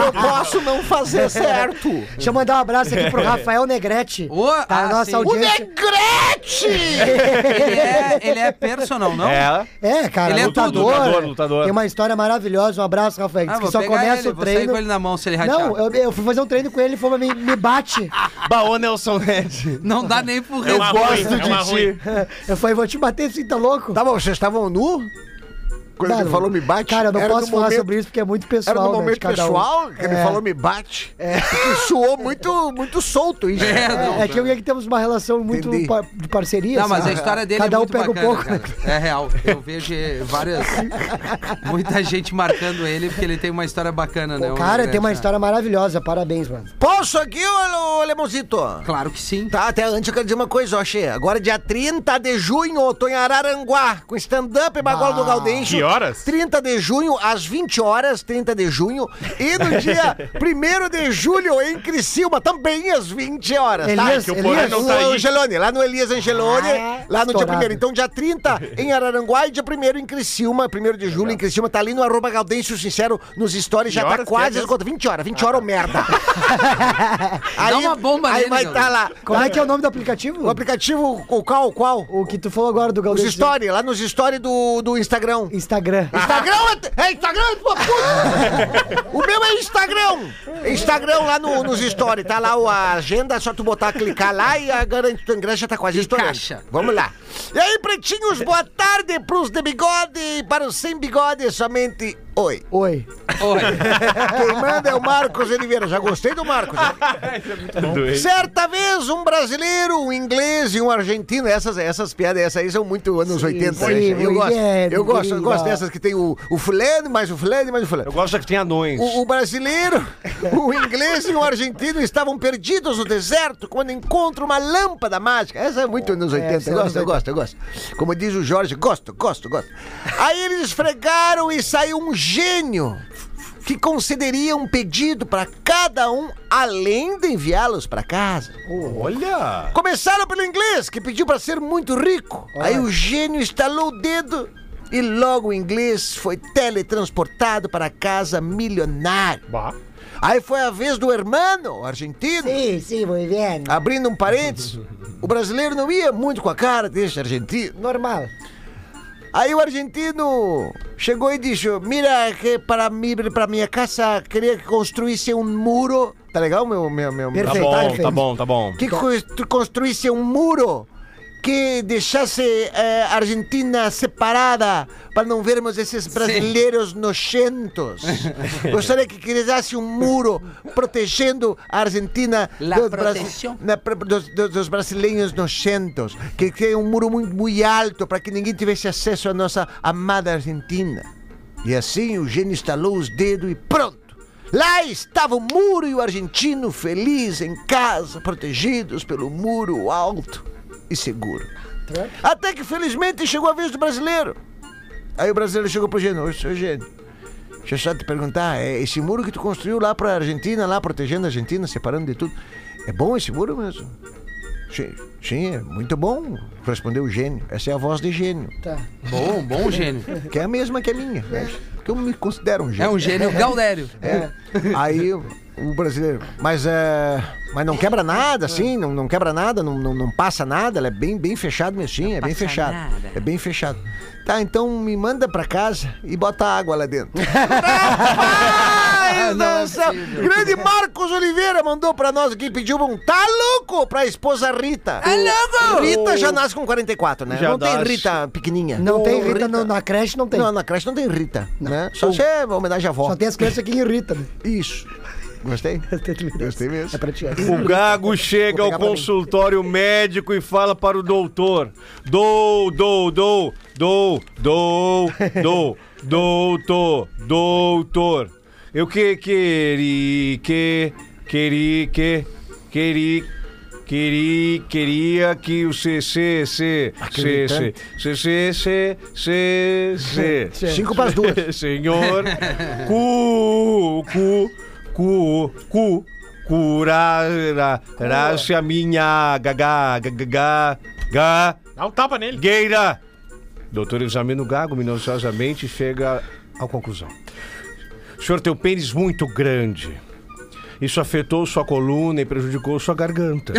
Speaker 7: eu posso não fazer certo.
Speaker 2: Deixa eu mandar um abraço
Speaker 1: <laughs>
Speaker 2: aqui pro Rafael Negrete.
Speaker 1: Ô,
Speaker 2: tá
Speaker 1: ah,
Speaker 2: na nossa
Speaker 1: sim.
Speaker 7: O
Speaker 2: audiência.
Speaker 7: Negrete!
Speaker 1: Ele é, ele é personal, não?
Speaker 5: É.
Speaker 2: É, cara,
Speaker 1: Ele é
Speaker 2: lutador.
Speaker 1: tudo,
Speaker 5: lutador, lutador.
Speaker 2: Tem uma história maravilhosa. Um abraço, Rafael. Diz
Speaker 1: Ah,
Speaker 2: que
Speaker 1: vou
Speaker 2: só
Speaker 1: pegar
Speaker 2: começa
Speaker 1: ele,
Speaker 2: o
Speaker 1: vou sair
Speaker 2: treino.
Speaker 1: com ele na mão se ele ratear.
Speaker 2: Não,
Speaker 1: Não,
Speaker 2: eu, eu fui fazer um treino com ele e falou: me, me bate.
Speaker 5: Baô Nelson Red.
Speaker 1: dá nem pro
Speaker 4: É uma
Speaker 1: resto.
Speaker 4: ruim, é
Speaker 5: Tá
Speaker 4: uma ruim.
Speaker 2: <laughs> Eu falei: vou te bater, você tá louco?
Speaker 7: Tá bom, vocês estavam nu? Quando
Speaker 2: Cara,
Speaker 7: ele falou me bate.
Speaker 2: Cara, eu não
Speaker 7: era
Speaker 2: posso
Speaker 7: do
Speaker 2: falar
Speaker 7: momento-
Speaker 2: sobre isso porque é muito pessoal.
Speaker 7: Era no
Speaker 2: né, de
Speaker 7: momento
Speaker 2: cada um.
Speaker 7: pessoal que ele
Speaker 2: É.
Speaker 7: falou me bate. Porque Suou muito, muito solto isso.
Speaker 1: É, não,
Speaker 2: É, é que eu e ele temos uma relação muito
Speaker 7: né? Entendi.
Speaker 2: par- de parceria.
Speaker 1: Não, mas
Speaker 2: assim.
Speaker 1: a história dele
Speaker 2: Cada
Speaker 1: é
Speaker 2: um
Speaker 1: muito
Speaker 2: pega
Speaker 1: bacana,
Speaker 2: um pouco. né?
Speaker 1: cara. É real. Eu vejo várias... Muita gente marcando ele, porque ele tem uma história bacana, né? o
Speaker 2: Cara, tem uma
Speaker 1: Negrete, né?
Speaker 2: história maravilhosa. Parabéns, mano.
Speaker 7: Posso aqui, ô, ô Lemãozito?
Speaker 1: Claro que sim.
Speaker 7: Tá, até antes eu quero dizer uma coisa, ó, Che. Agora, é dia 30 de junho, eu tô em Araranguá, com stand-up e Bagola do Gaudêncio.
Speaker 4: Ah, Que horas?
Speaker 7: 30 de junho, às 20 horas, 30 de junho. E no
Speaker 4: <laughs>
Speaker 7: dia 1 de julho, em Criciúma, também às 20 horas. tá?
Speaker 2: Elias,
Speaker 4: que o Porã
Speaker 2: Elias,
Speaker 4: não tá aí.
Speaker 7: Angelone, lá no Elias Angelone,
Speaker 4: é,
Speaker 2: Ah,
Speaker 7: lá no
Speaker 2: estourado.
Speaker 7: dia 1 Então, dia
Speaker 4: <laughs>
Speaker 7: 30 em Araranguá e dia 1 em Criciúma, 1 de julho em Criciúma, tá ali no arroba Gaudêncio Sincero, nos stories, já tá
Speaker 4: horas que é
Speaker 7: quase
Speaker 4: mesmo?
Speaker 7: esgotado. 20 horas, 20 horas, ô
Speaker 4: <laughs>
Speaker 7: merda. aí,
Speaker 1: uma bomba
Speaker 7: Aí
Speaker 1: nele,
Speaker 7: vai
Speaker 1: Gaudêncio.
Speaker 7: tá lá.
Speaker 2: como é que é o nome do aplicativo?
Speaker 7: O aplicativo, o qual, o qual?
Speaker 2: O que tu falou agora do
Speaker 7: Os
Speaker 2: Galdês.
Speaker 7: stories, lá nos stories do, do Instagram.
Speaker 2: Instagram.
Speaker 7: Instagram é, é Instagram, é tua puta! O meu é Instagram! Instagram lá no, nos stories, tá lá o- a agenda, é só tu botar, clicar lá e a garante do ingresso já tá quase estourando.
Speaker 1: caixa.
Speaker 7: Vamos lá. E aí, pretinhos, boa tarde pros de bigode e para os sem bigode, somente oi.
Speaker 2: Oi.
Speaker 1: Olha,
Speaker 7: Quem manda é o Marcos Oliveira, já gostei do Marcos. Certa vez, um brasileiro, um inglês e um argentino, essas, essas piadas essas aí são muito anos 80, né?
Speaker 2: sim,
Speaker 7: eu,
Speaker 2: muito
Speaker 7: gosto,
Speaker 2: bem,
Speaker 7: eu gosto, eu gosto
Speaker 2: querida.
Speaker 7: dessas que tem o, o fulano, mais o fulano, mais o fulano.
Speaker 5: Eu gosto que tem anões.
Speaker 7: O,
Speaker 5: <laughs>
Speaker 7: o brasileiro, o inglês e o argentino estavam perdidos no deserto quando encontram uma lâmpada mágica. Essa é muito anos 80.
Speaker 2: essa é
Speaker 7: Eu
Speaker 2: anos
Speaker 7: gosto, eu gosto, eu gosto. Como diz o Jorge, gosto, gosto, gosto. Aí eles esfregaram e saiu um gênio que concederia um pedido para cada um, além de enviá-los para casa.
Speaker 5: Olha!
Speaker 7: Começaram pelo inglês, que pediu para ser muito rico. Aí o gênio estalou o dedo e logo o inglês foi teletransportado para casa milionário.
Speaker 4: Bah.
Speaker 7: Aí foi a vez do hermano argentino.
Speaker 2: Sim, sim, muito bem.
Speaker 7: Abrindo um parênteses, o brasileiro não ia muito com a cara deste argentino.
Speaker 2: Normal.
Speaker 7: Aí o argentino chegou e disse: Mira, que para, mim, para minha casa queria que construísse um muro. Tá legal, meu? meu, meu
Speaker 5: Tá
Speaker 2: Perfeito,
Speaker 5: bom,
Speaker 2: perfeito.
Speaker 5: tá bom, tá bom.
Speaker 7: que constru- construísse um muro que deixasse eh, a Argentina separada para não vermos esses brasileiros nojentos. Gostaria que criasse um muro protegendo a Argentina
Speaker 1: La
Speaker 7: dos, bra-
Speaker 1: protección.
Speaker 7: na- pra- dos- dos- dos brasileiros nojentos. Que tenha um muro muito, muito alto para que ninguém tivesse acesso à nossa amada Argentina. E assim o gênio estalou os dedos e pronto! Lá estava o muro e o argentino feliz em casa, protegidos pelo muro alto e seguro. Até que felizmente chegou a vez do brasileiro. Aí o brasileiro chegou pro gênio, ô seu gênio, deixa eu só te perguntar, é esse muro que tu construiu lá pra Argentina, lá protegendo a Argentina, separando de tudo, é bom esse muro mesmo? Sim, sim, é muito bom, respondeu o gênio. Essa é a voz de gênio,
Speaker 2: Tá.
Speaker 1: Bom, bom gênio.
Speaker 7: que é a mesma que a minha, né? que eu me considero um
Speaker 1: É
Speaker 7: gênio.
Speaker 1: um gênio Gaudério.
Speaker 7: É. Aí o o brasileiro. Mas é. Mas não quebra nada, assim, não, não quebra nada, não, não, não passa nada, ela é bem, bem fechado mesmo, sim, é bem
Speaker 1: passa
Speaker 7: fechado.
Speaker 1: nada.
Speaker 7: É bem fechado. Tá, então me manda pra casa e bota água lá dentro. Rapaz
Speaker 1: Não é
Speaker 7: do céu!
Speaker 1: possível.
Speaker 7: Grande Marcos Oliveira mandou pra nós aqui, pediu um tá louco pra esposa Rita. Tá louco! Rita já nasce com 44, né?
Speaker 5: Já
Speaker 7: não tem
Speaker 5: nasce.
Speaker 7: Rita pequenininha.
Speaker 2: Oh. Não tem Rita,
Speaker 7: não
Speaker 2: não- na creche não tem. Oh.
Speaker 7: Não, na creche não tem Rita, né? Só se é homenagem à avó.
Speaker 2: Só tem as crianças que irritam. né?
Speaker 7: Isso. Gostei? Gostei mesmo.
Speaker 2: É pra ti. é.
Speaker 5: O gago chega ao
Speaker 7: pegar pra mim.
Speaker 5: consultório médico e fala para o doutor: Dou, dou, dou, dou, dou, dou, doutor, doutor. Eu que queri, que, queri, que, queri, queri, queria que o CC, C, C, C, C, C, C, C, C,
Speaker 7: Cinco para as
Speaker 5: <laughs>
Speaker 7: duas.
Speaker 5: Senhor, cu, cu, cu, cu, curar-se a minha gaga, gaga, gaga,
Speaker 4: Dá um tapa nele.
Speaker 5: gueira. Doutor examina o gago minuciosamente e chega à conclusão. Senhor, teu pênis muito grande. Isso afetou sua coluna e prejudicou sua garganta.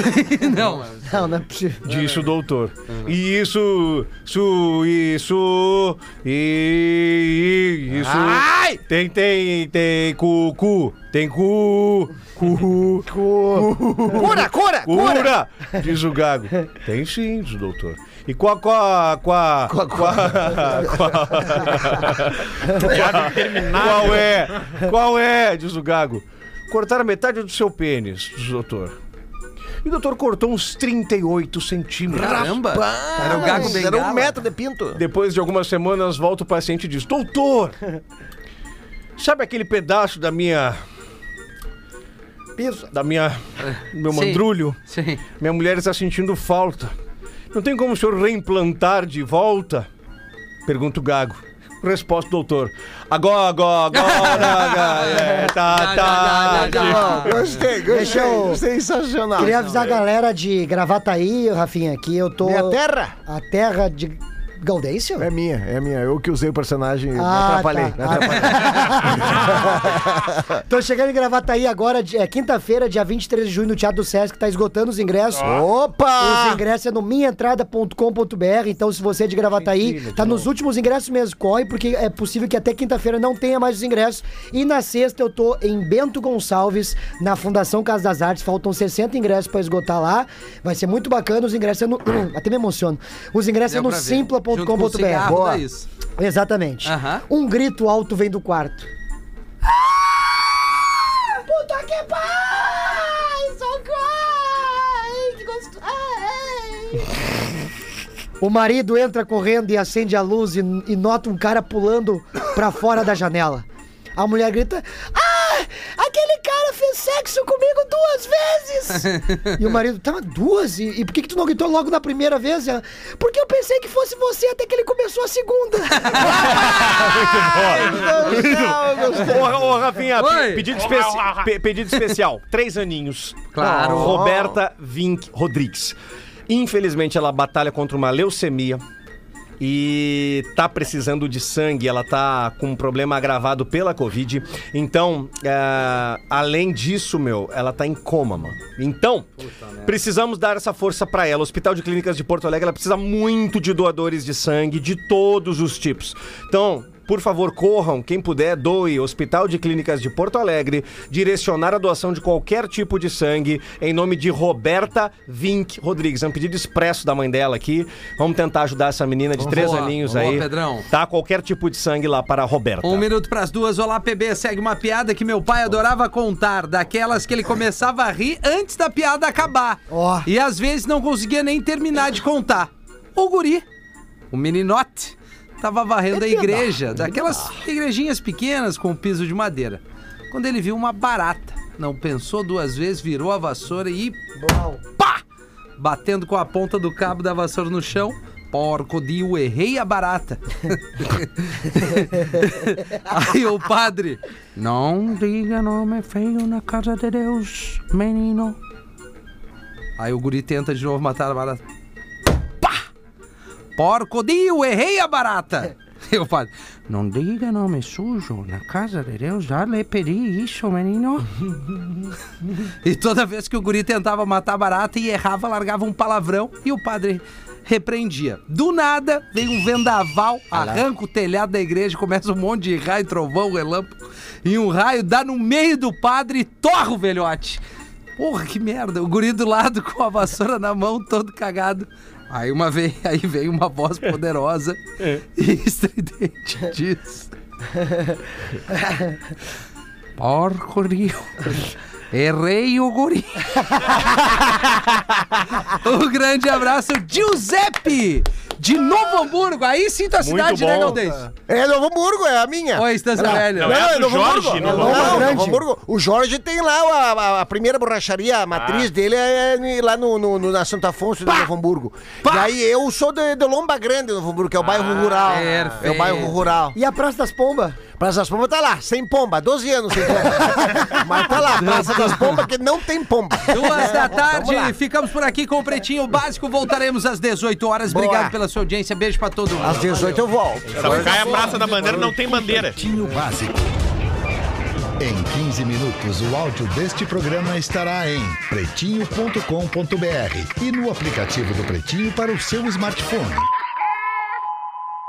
Speaker 1: Não,
Speaker 2: <laughs> Não, não é possível.
Speaker 5: Disse o doutor. E isso, isso, isso, e e- isso.
Speaker 4: Ai!
Speaker 5: Tem, tem, tem, cu, cu, tem cu, cu,
Speaker 7: Cura, cura, cura!
Speaker 5: cura, diz o gago. Tem sim, diz o doutor. E qua, qua, qua, qua,
Speaker 2: Ah,
Speaker 5: Qual é, qual é, diz o gago. Cortaram metade do seu pênis, diz o doutor. E o doutor cortou uns 38 centímetros.
Speaker 1: caramba. Era o Gago Bengala.
Speaker 7: Era um metro de pinto.
Speaker 5: Depois de algumas semanas, volta o paciente e diz: Doutor, sabe aquele pedaço da minha. Da minha. do Meu
Speaker 1: Sim.
Speaker 5: mandrulho?
Speaker 1: Sim.
Speaker 5: Minha mulher está sentindo falta. Não tem como o senhor reimplantar de volta? Pergunta o gago. Resposta, do doutor. Agora, agora, agora, é, tá, tá.
Speaker 7: Gostei,
Speaker 2: Deixa eu-
Speaker 7: Sensacional.
Speaker 2: Queria avisar a galera de Gravataí, Rafinha, que eu tô...
Speaker 7: Minha terra?
Speaker 2: A terra de Gaudêncio?
Speaker 3: É minha, é minha. Eu que usei o personagem, não
Speaker 2: Ah,
Speaker 3: atrapalhei.
Speaker 2: tá.
Speaker 3: não atrapalhei.
Speaker 2: Tô chegando em Gravataí agora, de- é quinta-feira, dia 23 de junho, no Teatro do Sesc, tá esgotando os ingressos. Ah. Os
Speaker 7: <laughs> Opa!
Speaker 2: ingressos é no minhaentrada.com.br, então se você é de Gravataí, tá nos últimos ingressos mesmo, corre, porque é possível que até quinta-feira não tenha mais os ingressos. E na sexta eu tô em Bento Gonçalves, na Fundação Casa das Artes, faltam 60 ingressos pra esgotar lá, vai ser muito bacana, os ingressos é no... <clears throat> até me emociono. Os ingressos é
Speaker 1: Deu
Speaker 2: no
Speaker 1: pra ver. Junto com o
Speaker 2: simpla.com.br.
Speaker 1: cigarro,
Speaker 2: Boa.
Speaker 1: dá isso.
Speaker 2: Exatamente.
Speaker 1: Aham.
Speaker 2: Um grito alto vem do quarto.
Speaker 12: Ah! Puta que pariu! Socorro! Que gostoso! Ai.
Speaker 2: O marido entra correndo e acende a luz e, e nota um cara pulando pra fora da janela. A mulher grita: Ah! Aquele cara fez sexo comigo duas vezes! e o marido, tá, mas duas? E, e por que, que tu não gritou logo na primeira vez? Ela, Porque eu pensei que fosse você até que ele começou a segunda.
Speaker 5: Ô, ô, Rafinha,
Speaker 1: Oi.
Speaker 5: pedido, especi- pe- pedido especial. Três aninhos.
Speaker 1: Claro.
Speaker 5: Roberta Vink Rodrigues. Infelizmente, ela batalha contra uma leucemia. e tá precisando de sangue, ela tá com um problema agravado pela Covid. Então, é, além disso, meu, ela tá em coma, mano. Então, precisamos dar essa força pra ela. O Hospital de Clínicas de Porto Alegre, ela precisa muito de doadores de sangue de todos os tipos. Então, por favor, corram, quem puder, doe Hospital de Clínicas de Porto Alegre, direcionar a doação de qualquer tipo de sangue em nome de Roberta Vink Rodrigues. É um pedido expresso da mãe dela aqui. Vamos tentar ajudar essa menina de
Speaker 1: Vamos
Speaker 5: três
Speaker 1: lá,
Speaker 5: aninhos
Speaker 1: vamos
Speaker 5: aí.
Speaker 1: lá, Pedrão.
Speaker 5: Tá qualquer tipo de sangue lá para a Roberta.
Speaker 1: Um minuto pras duas. Olá, PB. Segue uma piada que meu pai adorava contar, daquelas que ele começava a rir antes da piada acabar. E às vezes não conseguia nem terminar de contar. O guri, o meninote, tava varrendo a igreja, daquelas igrejinhas pequenas com piso de madeira. Quando ele viu uma barata, não pensou duas vezes, virou a vassoura e. Pá! Batendo com a ponta do cabo da vassoura no chão. Porco Dio, errei a barata. <laughs> Aí o padre. Não diga nome feio na casa de Deus, menino. Aí o guri tenta de novo matar a barata. Pá! Porco Dio, errei a barata! E o padre. Não diga nome sujo na casa de Deus, já lhe pedi isso, menino. E toda vez que o guri tentava matar a barata e errava, largava um palavrão e o padre repreendia. Do nada, veio um vendaval, arranca o telhado da igreja, começa um monte de raio, trovão, relâmpago. E um raio dá no meio do padre e torra o velhote. Porra, que merda. O guri do lado <laughs> com a vassoura na mão, todo cagado. Aí uma vez, <laughs> aí veio uma voz poderosa e <laughs> estridente diz: Porco Rio. Errei o guri. um grande abraço, Giuseppe! De Novo Hamburgo, aí sim tua cidade, né,
Speaker 7: bom.
Speaker 1: Galdês?
Speaker 7: É Novo Hamburgo, é a minha.
Speaker 1: Oi, Estância
Speaker 7: Não,
Speaker 1: Velha.
Speaker 7: Não, é Novo Hamburgo.
Speaker 1: Novo
Speaker 7: Não,
Speaker 1: Hamburgo.
Speaker 7: Novo Hamburgo. O Jorge tem lá a, a- a primeira borracharia, a matriz dele é é lá no, no, no- na Santo Afonso, no Novo Hamburgo. E aí eu sou de, de Lomba Grande, Novo Hamburgo, que é o bairro rural. É o bairro rural.
Speaker 13: E a Praça das Pombas?
Speaker 7: Praça das Pombas tá lá, sem pomba, 12 anos sem <laughs> pomba. Mas tá lá, Praça das Pombas, que não tem pomba.
Speaker 1: Duas da tarde,
Speaker 7: Vamos lá.
Speaker 1: ficamos por aqui com o Pretinho Básico. Voltaremos às 18 horas.
Speaker 7: Boa.
Speaker 1: Obrigado pela sua audiência. Beijo pra todo mundo.
Speaker 7: Às 18 eu volto.
Speaker 4: Sapucaia, Praça da Bandeira, não tem bandeira.
Speaker 3: Pretinho Básico. Em 15 minutos, o áudio deste programa estará em pretinho.com.br e no aplicativo do Pretinho para o seu smartphone.